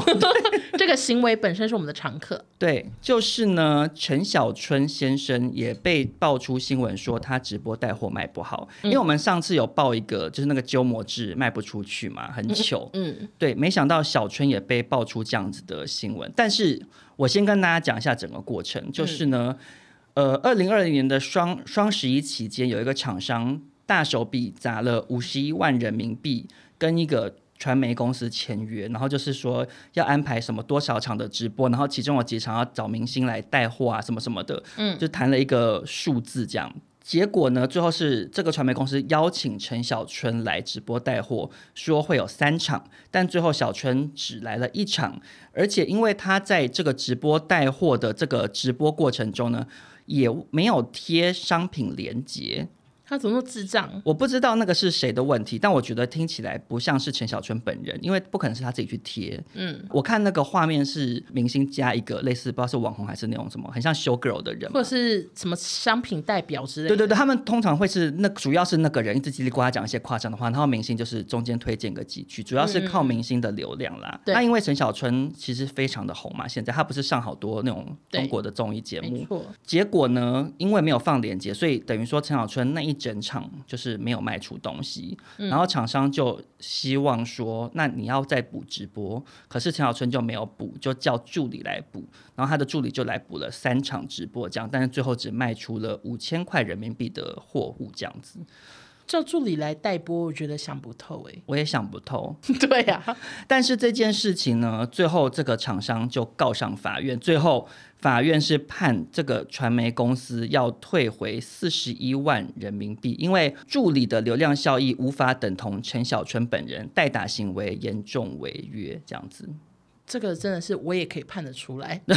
S1: 这个行为本身是我们的常客，
S2: 对，就是呢，陈小春先生也被爆出新闻说他直播带货卖不好，
S1: 嗯
S2: 因为我们上次有爆一个就是那个鸠摩智卖不出去嘛，很糗。
S1: 嗯，
S2: 对，没想到小春也被爆出这样子的新闻。但是我先跟大家讲一下整个过程，
S1: 嗯
S2: 就是呢，呃，二零二零年的双双十一期间，有一个厂商大手笔砸了五十一万人民币跟一个。传媒公司签约，然后就是说要安排什么多少场的直播，然后其中有几场要找明星来带货啊，什么什么的，嗯，就谈了一个数字这样。结果呢，最后是这个传媒公司邀请陈小春来直播带货，说会有三场，但最后小春只来了一场，而且因为他在这个直播带货的这个直播过程中呢，也没有贴商品链接，
S1: 他怎么那么智障？
S2: 我不知道那个是谁的问题，但我觉得听起来不像是陈小春本人，因为不可能是他自己去贴。嗯，我看那个画面是明星加一个类似不知道是网红还是那种什么，很像修 girl 的人嘛，
S1: 或者是什么商品代表之类
S2: 对
S1: 的？
S2: 对对，他们通常会是那主要是那个人一直叽里呱啦讲一些夸张的话，然后明星就是中间推荐个几句，主要是靠明星的流量啦。
S1: 嗯对
S2: 那因为陈小春其实非常的红嘛，现在他不是上好多那种
S1: 对
S2: 中国的综艺节
S1: 没
S2: 目，
S1: 错，
S2: 结果呢，因为没有放链接，所以等于说陈小春那一整场就是没有卖出东西，然后厂商就希望说，那你要再补直播，可是陈小春就没有补，就叫助理来补，然后他的助理就来补了三场直播，这样，但是最后只卖出了五千块人民币的货物，这样子，
S1: 叫助理来代播，我觉得想不透 哎、
S2: 我也想不透。
S1: 对呀、
S2: 但是这件事情呢，最后这个厂商就告上法院，最后法院是判这个传媒公司要退回四十一万人民币，因为助理的流量效益无法等同陈小春本人，代打行为严重违约，这样子。
S1: 这个真的是我也可以判得出来。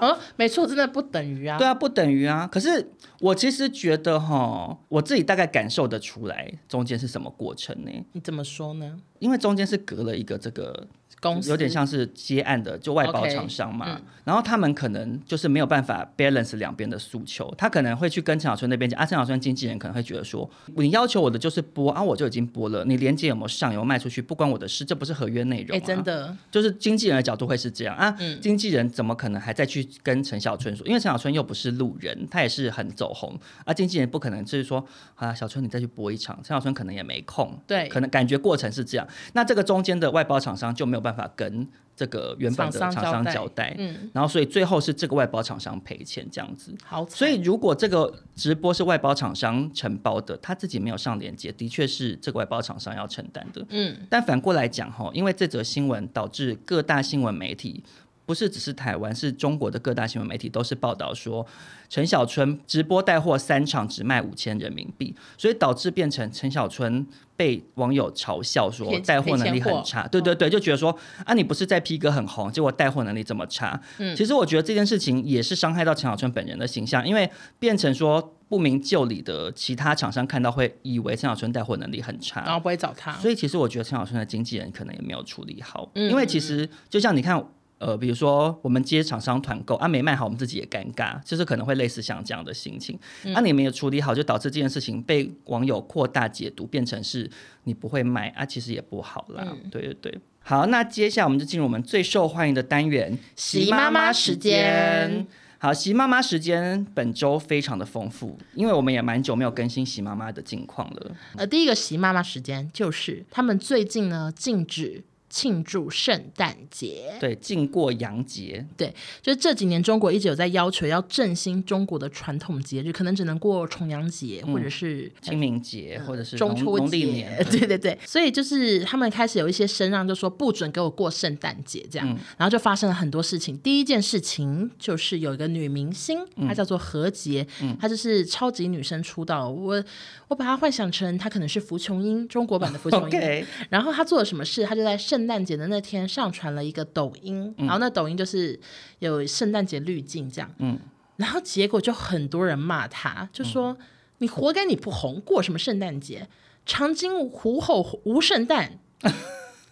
S1: 嗯，没错，真的不等于啊
S2: 对。啊，不等于啊。可是我其实觉得哈，我自己大概感受得出来中间是什么过程呢？
S1: 你怎么说呢？
S2: 因为中间是隔了一个这个
S1: 公司
S2: 有点像是接案的，就外包厂商嘛。
S1: OK，嗯
S2: 然后他们可能就是没有办法 balance 两边的诉求，他可能会去跟陈小春那边讲，啊，陈小春经纪人可能会觉得说，你要求我的就是播啊，我就已经播了，你连接有没有上，有没有卖出去，不关我的事，这不是合约内容、
S1: 哎、
S2: 啊。
S1: 真，的，
S2: 就是经纪人的角度会是这样啊，
S1: 嗯
S2: 经纪人怎么可能还再去跟陈小春说？因为陈小春又不是路人，他也是很走红啊，经纪人不可能就是说啊，小春你再去播一场，陈小春可能也没空，
S1: 对
S2: 可能感觉过程是这样。那这个中间的外包厂商就没有办法跟这个原本的
S1: 厂
S2: 厂
S1: 商
S2: 商
S1: 交代
S2: 交代，
S1: 嗯，
S2: 然后所以最后是这个外包厂商赔钱这样子。
S1: 好惨，
S2: 所以，如果这个直播是外包厂商承包的，他自己没有上链接，的确是这个外包厂商要承担的。
S1: 嗯，
S2: 但反过来讲哈，因为这则新闻导致各大新闻媒体。不是只是台湾，是中国的各大新闻媒体都是报道说，陈小春直播带货三场只卖五千人民币，所以导致变成陈小春被网友嘲笑说
S1: 赔
S2: 带货能力
S1: 赔钱
S2: 很
S1: 货
S2: 差，对对对，就觉得说啊你不是在 P 哥很红，结果带货能力这么差。其实我觉得这件事情也是伤害到陈小春本人的形象，因为变成说不明就里的其他厂商看到会以为陈小春带货能力很差，
S1: 然后不会找他，
S2: 所以其实我觉得陈小春的经纪人可能也没有处理好，
S1: 啊嗯
S2: 因为其实就像你看，呃，比如说我们接厂商团购啊，没卖好，我们自己也尴尬，就是可能会类似像这样的心情。
S1: 嗯
S2: 啊，你没有处理好，就导致这件事情被网友扩大解读，变成是你不会卖啊，其实也不好啦。
S1: 嗯
S2: 对对对。好，那接下来我们就进入我们最受欢迎的单元——
S1: 习妈妈时间。
S2: 好，习妈妈时间本周非常的丰富，因为我们也蛮久没有更新习妈妈的近况了。
S1: 呃，第一个习妈妈时间就是他们最近呢禁止庆祝圣诞节。
S2: 对，近过洋节，
S1: 对，就是这几年中国一直有在要求要振兴中国的传统节日，可能只能过重阳节
S2: 嗯
S1: 或者是
S2: 清明节或者
S1: 嗯
S2: 是
S1: 中
S2: 农
S1: 秋
S2: 农历
S1: 节 嗯
S2: 年，，
S1: 对对对，所以就是他们开始有一些声浪，就说不准给我过圣诞节这样，然后就发生了很多事情。第一件事情就是有一个女明星，她叫做何洁，她就是超级女生出道，我我把她幻想成她可能是福琼英中国版的福琼英。
S2: OK，
S1: 然后她做了什么事？她就在圣圣诞节的那天上传了一个抖音，然后那抖音就是有圣诞节滤镜这样，
S2: 嗯
S1: 然后结果就很多人骂他，就说、你活该你不红，过什么圣诞节？长津湖后无圣诞。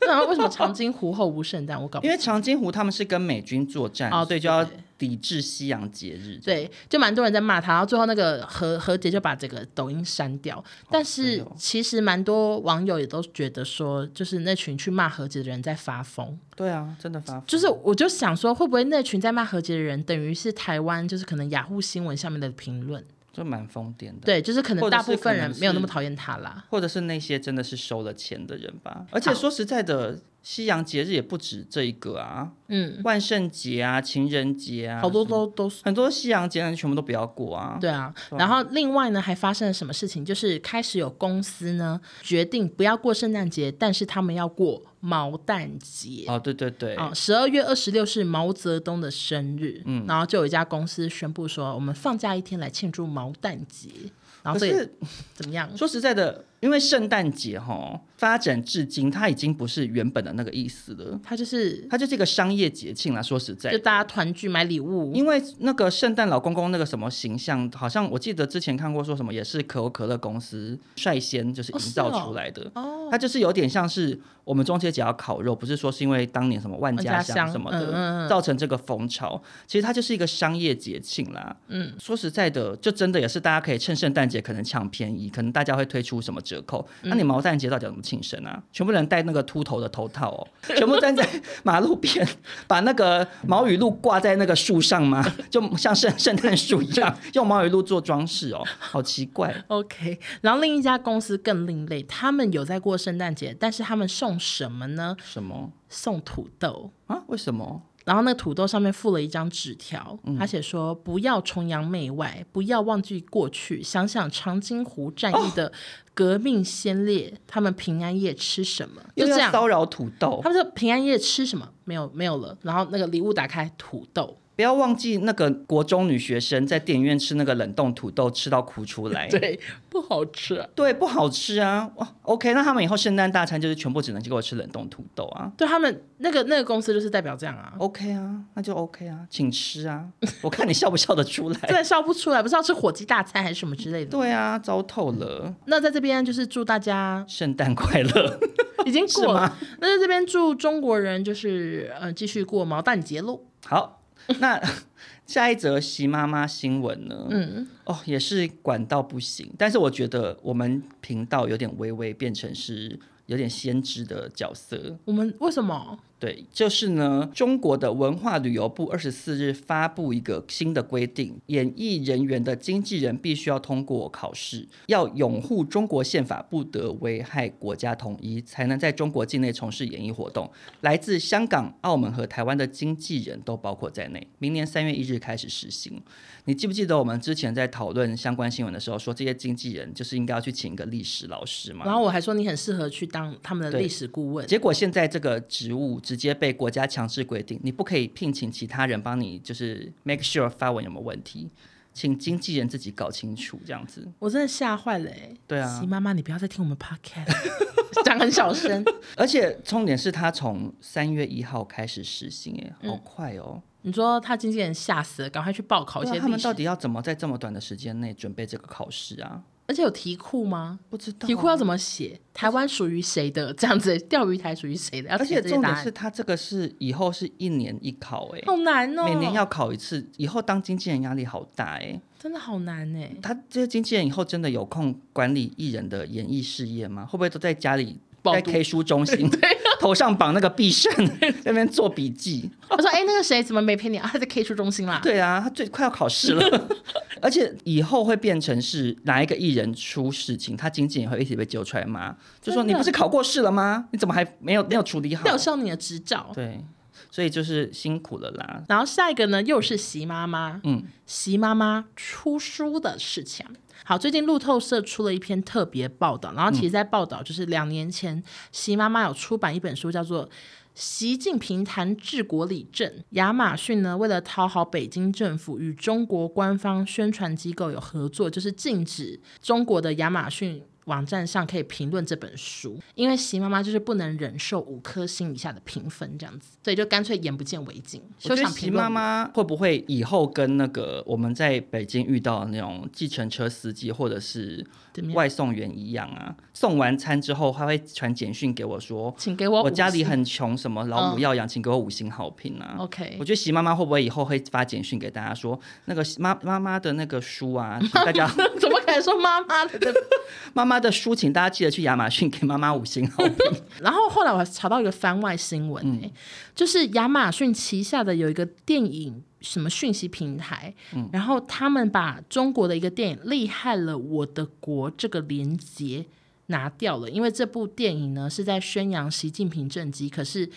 S1: 那为什么长津湖后无圣诞？我搞不
S2: 因为长津湖他们是跟美军作战，
S1: 哦
S2: 所以就要抵制西洋节日。，
S1: 对，就蛮多人在骂他，然后最后那个何何洁就把这个抖音删掉。但
S2: 衰
S1: 是
S2: 哦
S1: 其实蛮多网友也都觉得说，就是那群去骂何洁的人在发疯。
S2: 对啊，真的发疯
S1: 就是我就想说，会不会那群在骂何洁的人，等于是台湾就是可能雅虎新闻下面的评论？
S2: 就蛮疯癫的。
S1: 对，就是可
S2: 或
S1: 能
S2: 者
S1: 大
S2: 是
S1: 部分
S2: 可能
S1: 人没有那
S2: 是
S1: 么讨厌他啦。
S2: 或者是那些真的是收了钱的人吧。而且说实在的，西洋节日也不止这一个啊，
S1: 嗯，
S2: 万圣节啊、情人节啊，
S1: 好多都都是。
S2: 很多西洋节日全部都不要过啊。
S1: 对啊，然后另外呢，还发生了什么事情？就是开始有公司呢决定不要过圣诞节，但是他们要过毛蛋节。
S2: 哦，对对对，
S1: 哦，十二月二十六是毛泽东的生日，
S2: 嗯
S1: 然后就有一家公司宣布说，我们放假一天来庆祝毛蛋节，然
S2: 可
S1: 后这也
S2: 是
S1: 怎么样？
S2: 说实在的，因为圣诞节哈发展至今，它已经不是原本的那个意思了，
S1: 他就是
S2: 它就是一个商业节庆啦。说实在
S1: 就，大家团聚买礼物，
S2: 因为那个圣诞老公公那个什么形象，好像我记得之前看过说什么，也是可口可乐公司率先就是
S1: 哦
S2: 营
S1: 是
S2: 造
S1: 哦
S2: 出来的。
S1: 哦
S2: 它就是有点像是我们中秋节要烤肉，不是说是因为当年什么万家
S1: 万家
S2: 香
S1: 香
S2: 什么的
S1: 嗯嗯嗯
S2: 造成这个风潮，其实它就是一个商业节庆啦。嗯，说实在的，就真的也是大家可以趁圣诞节可能抢便宜，可能大家会推出什么折扣。
S1: 嗯
S2: 那你毛蛋节到底要怎么庆生啊？全部人戴那个秃头的头套哦，全部站在马路边，把那个毛雨露挂在那个树上吗？就像圣圣诞树一样，用毛雨露做装饰哦，好奇怪。
S1: OK，然后另一家公司更另类，他们有在过圣诞节，但是他们送什么呢？
S2: 什么
S1: 送土豆，
S2: 啊？为什么？
S1: 然后那个土豆上面附了一张纸条，
S2: 嗯
S1: 他写说：“不要崇洋媚外，不要忘记过去，想想长津湖战役
S2: 哦
S1: 的革命先烈，他们平安夜吃什么？就
S2: 又
S1: 这
S2: 要
S1: 样。”
S2: 骚扰土豆
S1: 他，们说平安夜吃什么？没有没有了。然后那个礼物打开，土豆。
S2: 不要忘记那个国中女学生在电影院吃那个冷冻土豆，吃到哭出来。
S1: 对，不好吃、啊。
S2: 对，不好吃啊！哇，OK，那他们以后圣诞大餐就是全部只能给我吃冷冻土豆啊。
S1: 对他们那个那个公司就是代表这样啊，
S2: OK 啊，那就 OK 啊，请吃啊！我看你笑不笑 得出来？
S1: 真的笑不出来，不是要吃火鸡大餐还是什么之 类的。
S2: 对啊，糟透了！
S1: 那在这边就是祝大 家
S2: 圣诞快乐！
S1: 已经
S2: 是
S1: 过了，那在这边祝中国人就是呃继续过毛蛋节喽。
S2: 好，那 下一则习妈妈新闻呢？
S1: 嗯，
S2: 哦，也是管到不行。但是我觉得我们频道有点微微变成是有点先知的角色。
S1: 我们为什么？
S2: 对，就是呢，中国的文化旅游部二十四日发布一个新的规定，演艺人员的经纪人必须要通过考试，要拥护中国宪法，不得危害国家统一，才能在中国境内从事演艺活动。来自香港、澳门和台湾的经纪人都包括在内，明年三月一日开始实行。你记不记得我们之前在讨论相关新闻的时候，说这些经纪人就是应该要去请一个历史老师嘛？
S1: 然后我还说你很适合去当他们的
S2: 对
S1: 历史顾问，
S2: 结果现在这个职务直接被国家强制规定，你不可以聘请其他人帮你，就是 make sure 发文有没有问题，请经纪人自己搞清楚这样子。
S1: 我真的吓坏了、欸。
S2: 对啊
S1: 席妈妈，你不要再听我们 podcast，讲很小 声。
S2: 而且重点是他从三月一号开始实行，哎，
S1: 嗯
S2: 好快哦！
S1: 你说他经纪人吓死了，赶快去报考一
S2: 对啊
S1: 些
S2: 他
S1: 历
S2: 们
S1: 史。
S2: 到底要怎么在这么短的时间内准备这个考试啊？
S1: 而且有题库吗？
S2: 不知道啊
S1: 题库要怎么写？台湾属于谁的？这样子，钓鱼台属于谁的？要
S2: 啊而
S1: 写
S2: 且
S1: 这些
S2: 重
S1: 答
S2: 点
S1: 案
S2: 是，他这个是以后是一年一考，哎，
S1: 好难哦，
S2: 每年要考一次，以后当经纪人压力好大，哎。
S1: 真的好难哎、
S2: 他这些经纪人以后真的有空管理艺人的演艺事业吗？会不会都在家里
S1: 暴
S2: 在
S1: 读
S2: K 书 中心
S1: 啊
S2: 头上绑那个必胜，在那边做笔记？
S1: 我说哎、那个谁怎么没陪你啊？他 在 K 书中心啦。
S2: 对啊，他最快要考试 了，而且以后会变成是哪一个艺人出事情，他经纪人也会一起被揪出来骂，就说
S1: 真
S2: 你
S1: 的
S2: 不是考过试了吗？你怎么还没有没有处理好？
S1: 吊销你的执照。
S2: 对，所以就是辛苦了啦。
S1: 然后下一个呢，又是席妈妈，
S2: 嗯，
S1: 席妈妈出书的事情。好，最近路透社出了一篇特别报道，然后其实在报道就是两年前，席妈妈有出版一本书，叫做《习近平谈治国理政》。亚马逊呢，为了讨好北京政府，与中国官方宣传机构有合作，就是禁止中国的亚马逊。网站上可以评论这本书，因为席妈妈就是不能忍受五颗星以下的评分这样子，所以就干脆眼不见为净。
S2: 我
S1: 休
S2: 觉得
S1: 想
S2: 席
S1: 评论
S2: 妈
S1: 我。
S2: 妈会不会以后跟那个我们在北京遇到的那种计程车司机或者是
S1: 怎么样
S2: 外送员一样啊？送完餐之后，他会传简讯给我说
S1: 请给我
S2: 我家
S1: 五
S2: 里
S1: 星嗯
S2: 很穷，什么老母要养，请给我五星好评啊。
S1: OK
S2: 我觉得席妈妈会不会以后会发简讯给大家说，那个妈妈妈的那个书啊，请大家
S1: 怎么可能说妈妈的？对不对
S2: 妈妈的书，请大家记得去亚马逊给妈妈五星好评。
S1: 然后后来我还查到一个番外新闻、
S2: 嗯
S1: 欸，就是亚马逊旗下的有一个电影什么讯息平台，
S2: 嗯
S1: 然后他们把中国的一个电影《厉害了我的国》这个连接拿掉了，因为这部电影呢是在宣扬习近平政绩，可是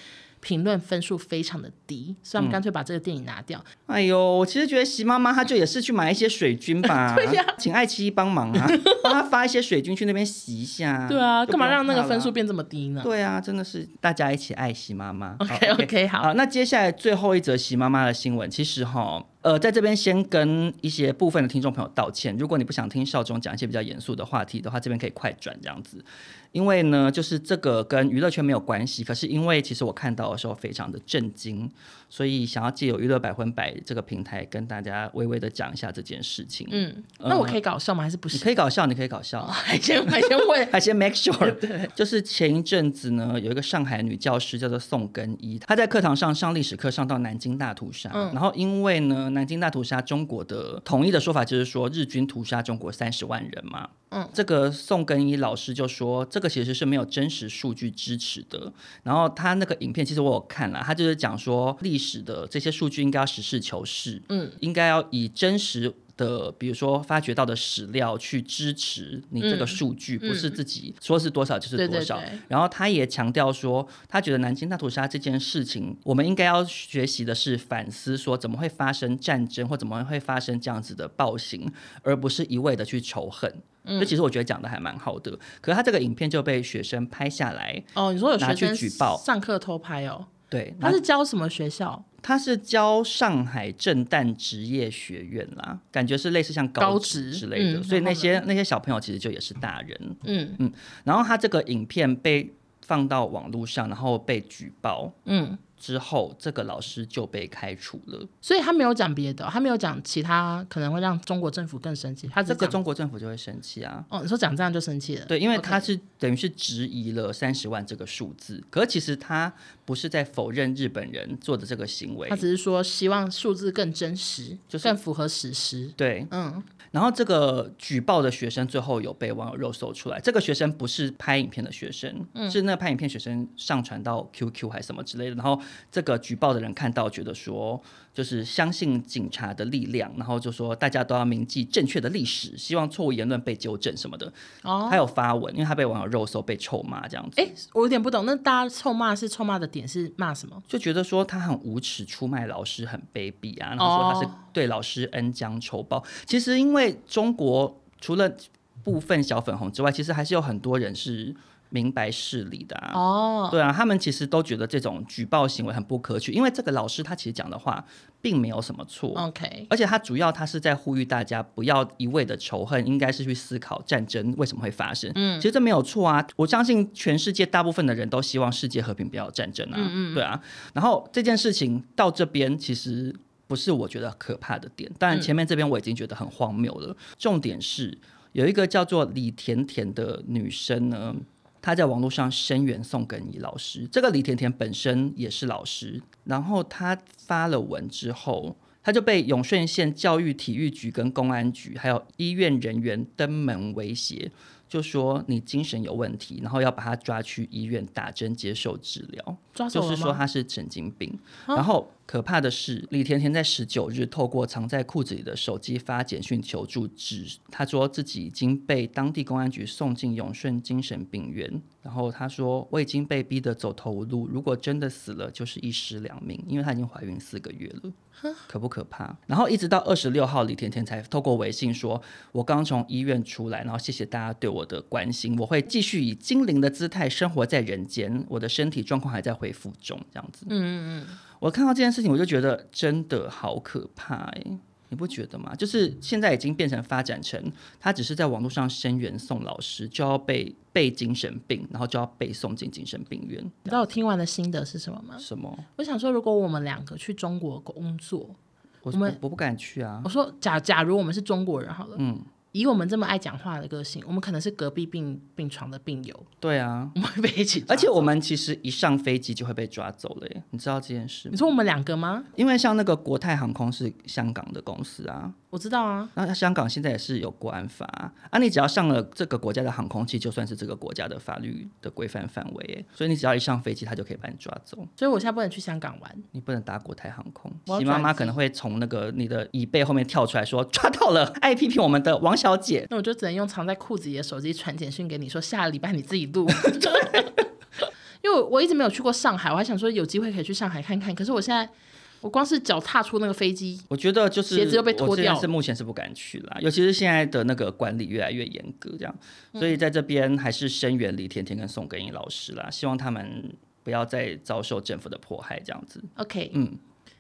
S1: 评论分数非常的低，所以他们干脆把这个电影拿掉。
S2: 哎呦，我其实觉得席妈妈她就也是去买一些水军 吧，
S1: 对呀
S2: 请爱奇艺帮 忙啊，帮她发一些水军去那边洗一下。
S1: 对啊，
S2: 就
S1: 干嘛
S2: 不用
S1: 让那个
S2: 怕
S1: 分数
S2: 了？
S1: 变这么低呢？
S2: 嗯对啊，哦真的是大家一起爱席妈妈。
S1: OK，OK，好
S2: 那接下来最后一则席妈妈的新闻，其实哈，呃，在这边先跟一些部分的听众朋友道歉，如果你不想听少中讲一些比较严肃的话题的话，这边可以快转这样子。因为呢，就是这个跟娱乐圈没有关系，可是因为其实我看到的时候非常的震惊，所以想要借由娱乐百分百这个平台跟大家微微的讲一下这件事情。嗯，
S1: 嗯，那我可以搞笑吗？还是不
S2: 你
S1: 行？
S2: 可以搞笑，你可以搞笑。
S1: 还先还先问
S2: 还先 make sure，就是前一阵子呢，有一个上海女教师叫做宋根一，她在课堂上上历史课上到南京大屠杀，然后因为呢，南京大屠杀中国的统一的说法就是说日军屠杀中国三十万人嘛，嗯，这个宋根一老师就说这个其实是没有真实数据支持的，然后他那个影片其实我有看了，他就是讲说历史的这些数据应该要实事求是，嗯，应该要以真实。的，比如说发掘到的史料去支持你这个数据，不是自己说是多少就是
S1: 嗯对对
S2: 多少。
S1: 对
S2: 然后他也强调说，他觉得南京大屠杀这件事情，我们应该要学习的是反思，说怎么会发生战争，或怎么会发生这样子的暴行，而不是一味的去仇恨。
S1: 嗯
S2: 就其实我觉得讲的还蛮好的，可是他这个影片就被学生拍下来，
S1: 哦，你说有
S2: 拿
S1: 学
S2: 去
S1: 生
S2: 举报
S1: 上课偷拍哦，
S2: 对，
S1: 他是教什么学校？
S2: 他是教上海震旦职业学院啦，感觉是类似像
S1: 高
S2: 高职
S1: 职
S2: 之类的，
S1: 嗯
S2: 所以
S1: 然后
S2: 那些那些小朋友其实就也是大人。
S1: 嗯
S2: 然后他这个影片被放到网络上，然后被举报
S1: 嗯，
S2: 之后，这个老师就被开除了。
S1: 所以他没有讲别的哦，他没有讲其他可能会让中国政府更生气，他只
S2: 这
S1: 是
S2: 个
S1: 讲
S2: 中国政府就会生气啊，
S1: 哦，你说讲这样就生气了，
S2: 对，因为
S1: OK
S2: 他是等于是质疑了三十万这个数字，可是其实他不是在否认日本人做的这个行为
S1: 他，只是说希望数字更真实，
S2: 就是
S1: 更符合史实。
S2: 对，
S1: 嗯，
S2: 然后这个举报的学生最后有被网友肉搜出来，这个学生不是拍影片的学生，
S1: 嗯
S2: 是那个拍影片学生上传到 QQ 还是什么之类的。然后这个举报的人看到，觉得说就是相信警察的力量，然后就说大家都要铭记正确的历史，希望错误言论被纠正什么的。
S1: 哦，
S2: 他有发文，因为他被网友肉搜被臭骂这样子，
S1: 哎，我有点不懂，那大家臭骂是臭骂的点是骂什么？
S2: 就觉得说他很无耻，出卖老师很卑鄙啊，然后说他是
S1: 哦
S2: 对老师恩将仇报。其实因为中国除了部分小粉红之外，其实还是有很多人是明白事理的啊。
S1: 哦，
S2: 对啊，他们其实都觉得这种举报行为很不可取，因为这个老师他其实讲的话并没有什么错。
S1: ，OK，
S2: 而且他主要他是在呼吁大家不要一味的仇恨，应该是去思考战争为什么会发生。嗯，其实这没有错啊，我相信全世界大部分的人都希望世界和平，不要有战争啊。嗯对啊。然后这件事情到这边其实不是我觉得可怕的点，当然前面这边我已经觉得很荒谬了。重点是有一个叫做李甜甜的女生呢。她在网络上声援宋耿怡老师，这个李甜甜本身也是老师，然后她发了文之后，他就被永顺县教育体育局、跟公安局还有医院人员登门威胁，就说你精神有问题，然后要把他抓去医院打针接受治疗，
S1: 抓走
S2: 就
S1: 了吗啊
S2: 是说他是神经病。然后可怕的是，李甜甜在十九日透过藏在裤子里的手机发简讯求助，指他说自己已经被当地公安局送进永顺精神病院。然后他说我已经被逼得走投无路，如果真的死了，就是一尸两命，因为她已经怀孕四个月了。可不可怕？然后一直到二十六号，李甜甜才透过微信说：“我刚从医院出来，然后谢谢大家对我的关心，我会继续以精灵的姿态生活在人间，我的身体状况还在恢复中。”这样子，嗯嗯嗯，我看到这件事情，我就觉得真的好可怕哎、你不觉得吗？就是现在已经变成发展成，他只是在网络上声援宋老师，就要被被精神病，然后就要被送进精神病院。
S1: 你知道我听完的心得是什么吗？
S2: 什么？
S1: 我想说，如果我们两个去中国工作，
S2: 我
S1: 我们哦
S2: 我不敢去啊
S1: 我。说假假如我们是中国人好了，
S2: 嗯，
S1: 以我们这么爱讲话的个性，我们可能是隔壁病病床的病友，
S2: 对啊。
S1: 我们会被一起抓。
S2: 而且我们其实一上飞机就会被抓走了耶，你知道这件事吗
S1: 你？说我们两个吗？
S2: 因为像那个国泰航空是香港的公司啊，
S1: 我知道啊，
S2: 然后香港现在也是有国安法啊，啊你只要上了这个国家的航空器，就算是这个国家的法律的规范范围耶，所以你只要一上飞机，他就可以把你抓走，
S1: 所以我现在不能去香港玩。
S2: 你不能搭国泰航空。
S1: 我要
S2: 习妈妈
S1: 转机
S2: 可能会从那个你的椅背后面跳出来说抓到了，爱批评我们的王小姐。
S1: 那我就只能用藏在裤子里的手机传简讯给你说，下个礼拜你自己 录。因为我我一直没有去过上海，我还想说有机会可以去上海看看。可是我现在，我光是脚踏出那个飞机，
S2: 我觉得就是
S1: 鞋子又被脱
S2: 我这件
S1: 掉
S2: 事目前是不敢去啦，尤其是现在的那个管理越来越严格，这样，
S1: 嗯
S2: 所以在这边还是声援李甜甜跟宋根英老师啦，希望他们不要再遭受政府的迫害，这样子。
S1: OK，
S2: 嗯，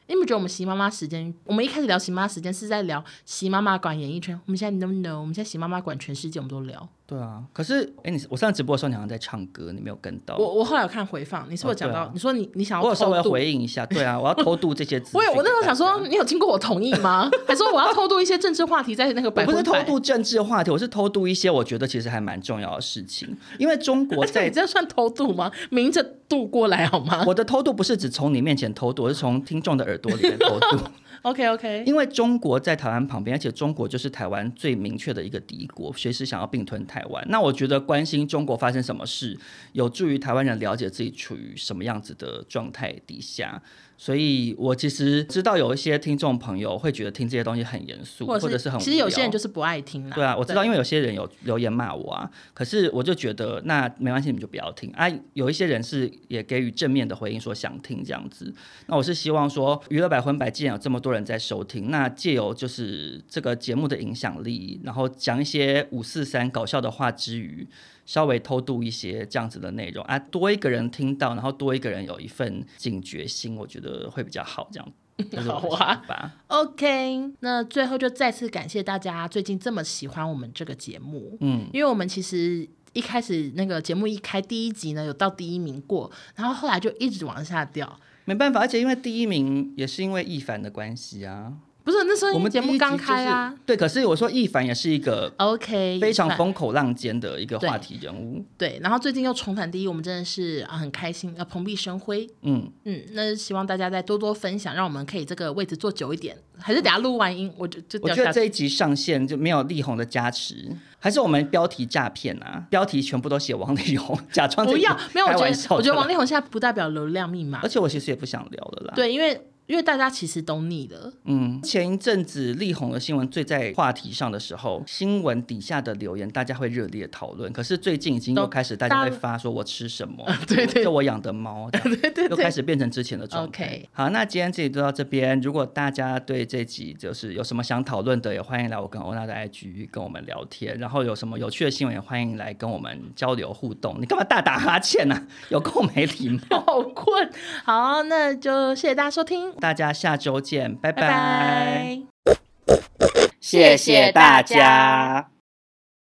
S1: 你们觉得我们习妈妈时间，我们一开始聊习妈妈时间是在聊习妈妈管演艺圈，我们现在 no no，我们现在习妈妈管全世界，我们都聊。
S2: 对啊，可是哎，你我上次直播的时候你好像在唱歌，你没有跟到。
S1: 我我后来有看回放，你是不是有讲
S2: 哦
S1: 到、
S2: 对啊
S1: 你说你你想
S2: 我
S1: 要
S2: 有稍微
S1: 偷渡？
S2: 回应一下，对啊，我要偷渡这些字。
S1: 我有我那时候想，说，你有经过我同意 吗？还说我要偷渡一些政治话题在那个
S2: 我
S1: 百
S2: 不
S1: 分
S2: 是
S1: 百
S2: 偷渡政治话题，我是偷渡一些我觉得其实还蛮重要的事情，因为中国
S1: 而且
S2: 在
S1: 你这算偷渡吗？明着渡过来好吗
S2: 我的偷渡不是只从你面前偷渡，我是从听众的耳朵里面偷渡。
S1: ？OK OK，
S2: 因为中国在台湾旁边，而且中国就是台湾最明确的一个敌国，随时想要并吞台湾。那我觉得关心中国发生什么事，有助于台湾人了解自己处于什么样子的状态底下。所以我其实知道有一些听众朋友会觉得听这些东西很严肃，或
S1: 或者
S2: 是很无
S1: 其实有些人
S2: 聊
S1: 就是不爱听啦。
S2: 对啊，我知道，
S1: 对
S2: 因为有些人有留言骂我啊，可是我就觉得那没关系，你们就不要听啊。有一些人是也给予正面的回应，说想听这样子。那我是希望说，娱乐百分百既然有这么多人在收听，那借由就是这个节目的影响力，然后讲一些五四三搞笑的话之余，稍微偷渡一些这样子的内容啊，多一个人听到，然后多一个人有一份警觉心，我觉得会比较好。 这样，这是我的
S1: 好啊
S2: 想法。
S1: OK，那最后就再次感谢大家最近这么喜欢我们这个节目，
S2: 嗯，
S1: 因为我们其实。一开始那个节目一开第一集呢，有到第一名过，然后后来就一直往下掉。
S2: 没办法，而且因为第一名也是因为一凡的关系啊。
S1: 不是那时候
S2: 我
S1: 因为
S2: 们
S1: 节目刚开啊
S2: 第一集就是。对，可是我说一凡也是一个
S1: ，OK，
S2: 非常
S1: 算
S2: 风口浪尖的一个话题人物。
S1: 对。然后最近又重返第一，我们真的是啊很开心，呃蓬荜生辉。
S2: 嗯，
S1: 嗯，那希望大家再多多分享，让我们可以这个位置坐久一点。还是等下录完音我就就
S2: 我
S1: 掉
S2: 觉
S1: 下
S2: 得
S1: 去。
S2: 这一集上线就没有力宏的加持，还是我们标题诈骗啊？标题全部都写王力宏，假装
S1: 不要
S2: 这一集，
S1: 没有，我
S2: 开
S1: 觉
S2: 玩笑
S1: 得
S2: 的
S1: 我觉得王力宏现在不代表流量密码
S2: 而，且我其实也不想聊了啦。，
S1: 对，因为因为大家其实都腻了。
S2: 嗯，前一阵子力宏的新闻最在话题上的时候，新闻底下的留言大家会热烈讨论。可是最近已经又
S1: 都
S2: 开始大家
S1: 大
S2: 会
S1: 家
S2: 发说我吃什么，
S1: 对对
S2: 就我养的猫，这样
S1: 对对
S2: 又开始变成之前的状态。
S1: OK
S2: 好，那今天这集就到这边。如果大家对这集就是有什么想讨论的，也欢迎来我跟欧娜的 IG 跟我们聊天。然后有什么有趣的新闻，也欢迎来跟我们交流互动。你干嘛大打哈欠呢、啊？有够没礼貌。
S1: 好困。好，那就谢谢大家收听，
S2: 大家下周见，拜
S1: 拜拜。
S3: 谢谢大家。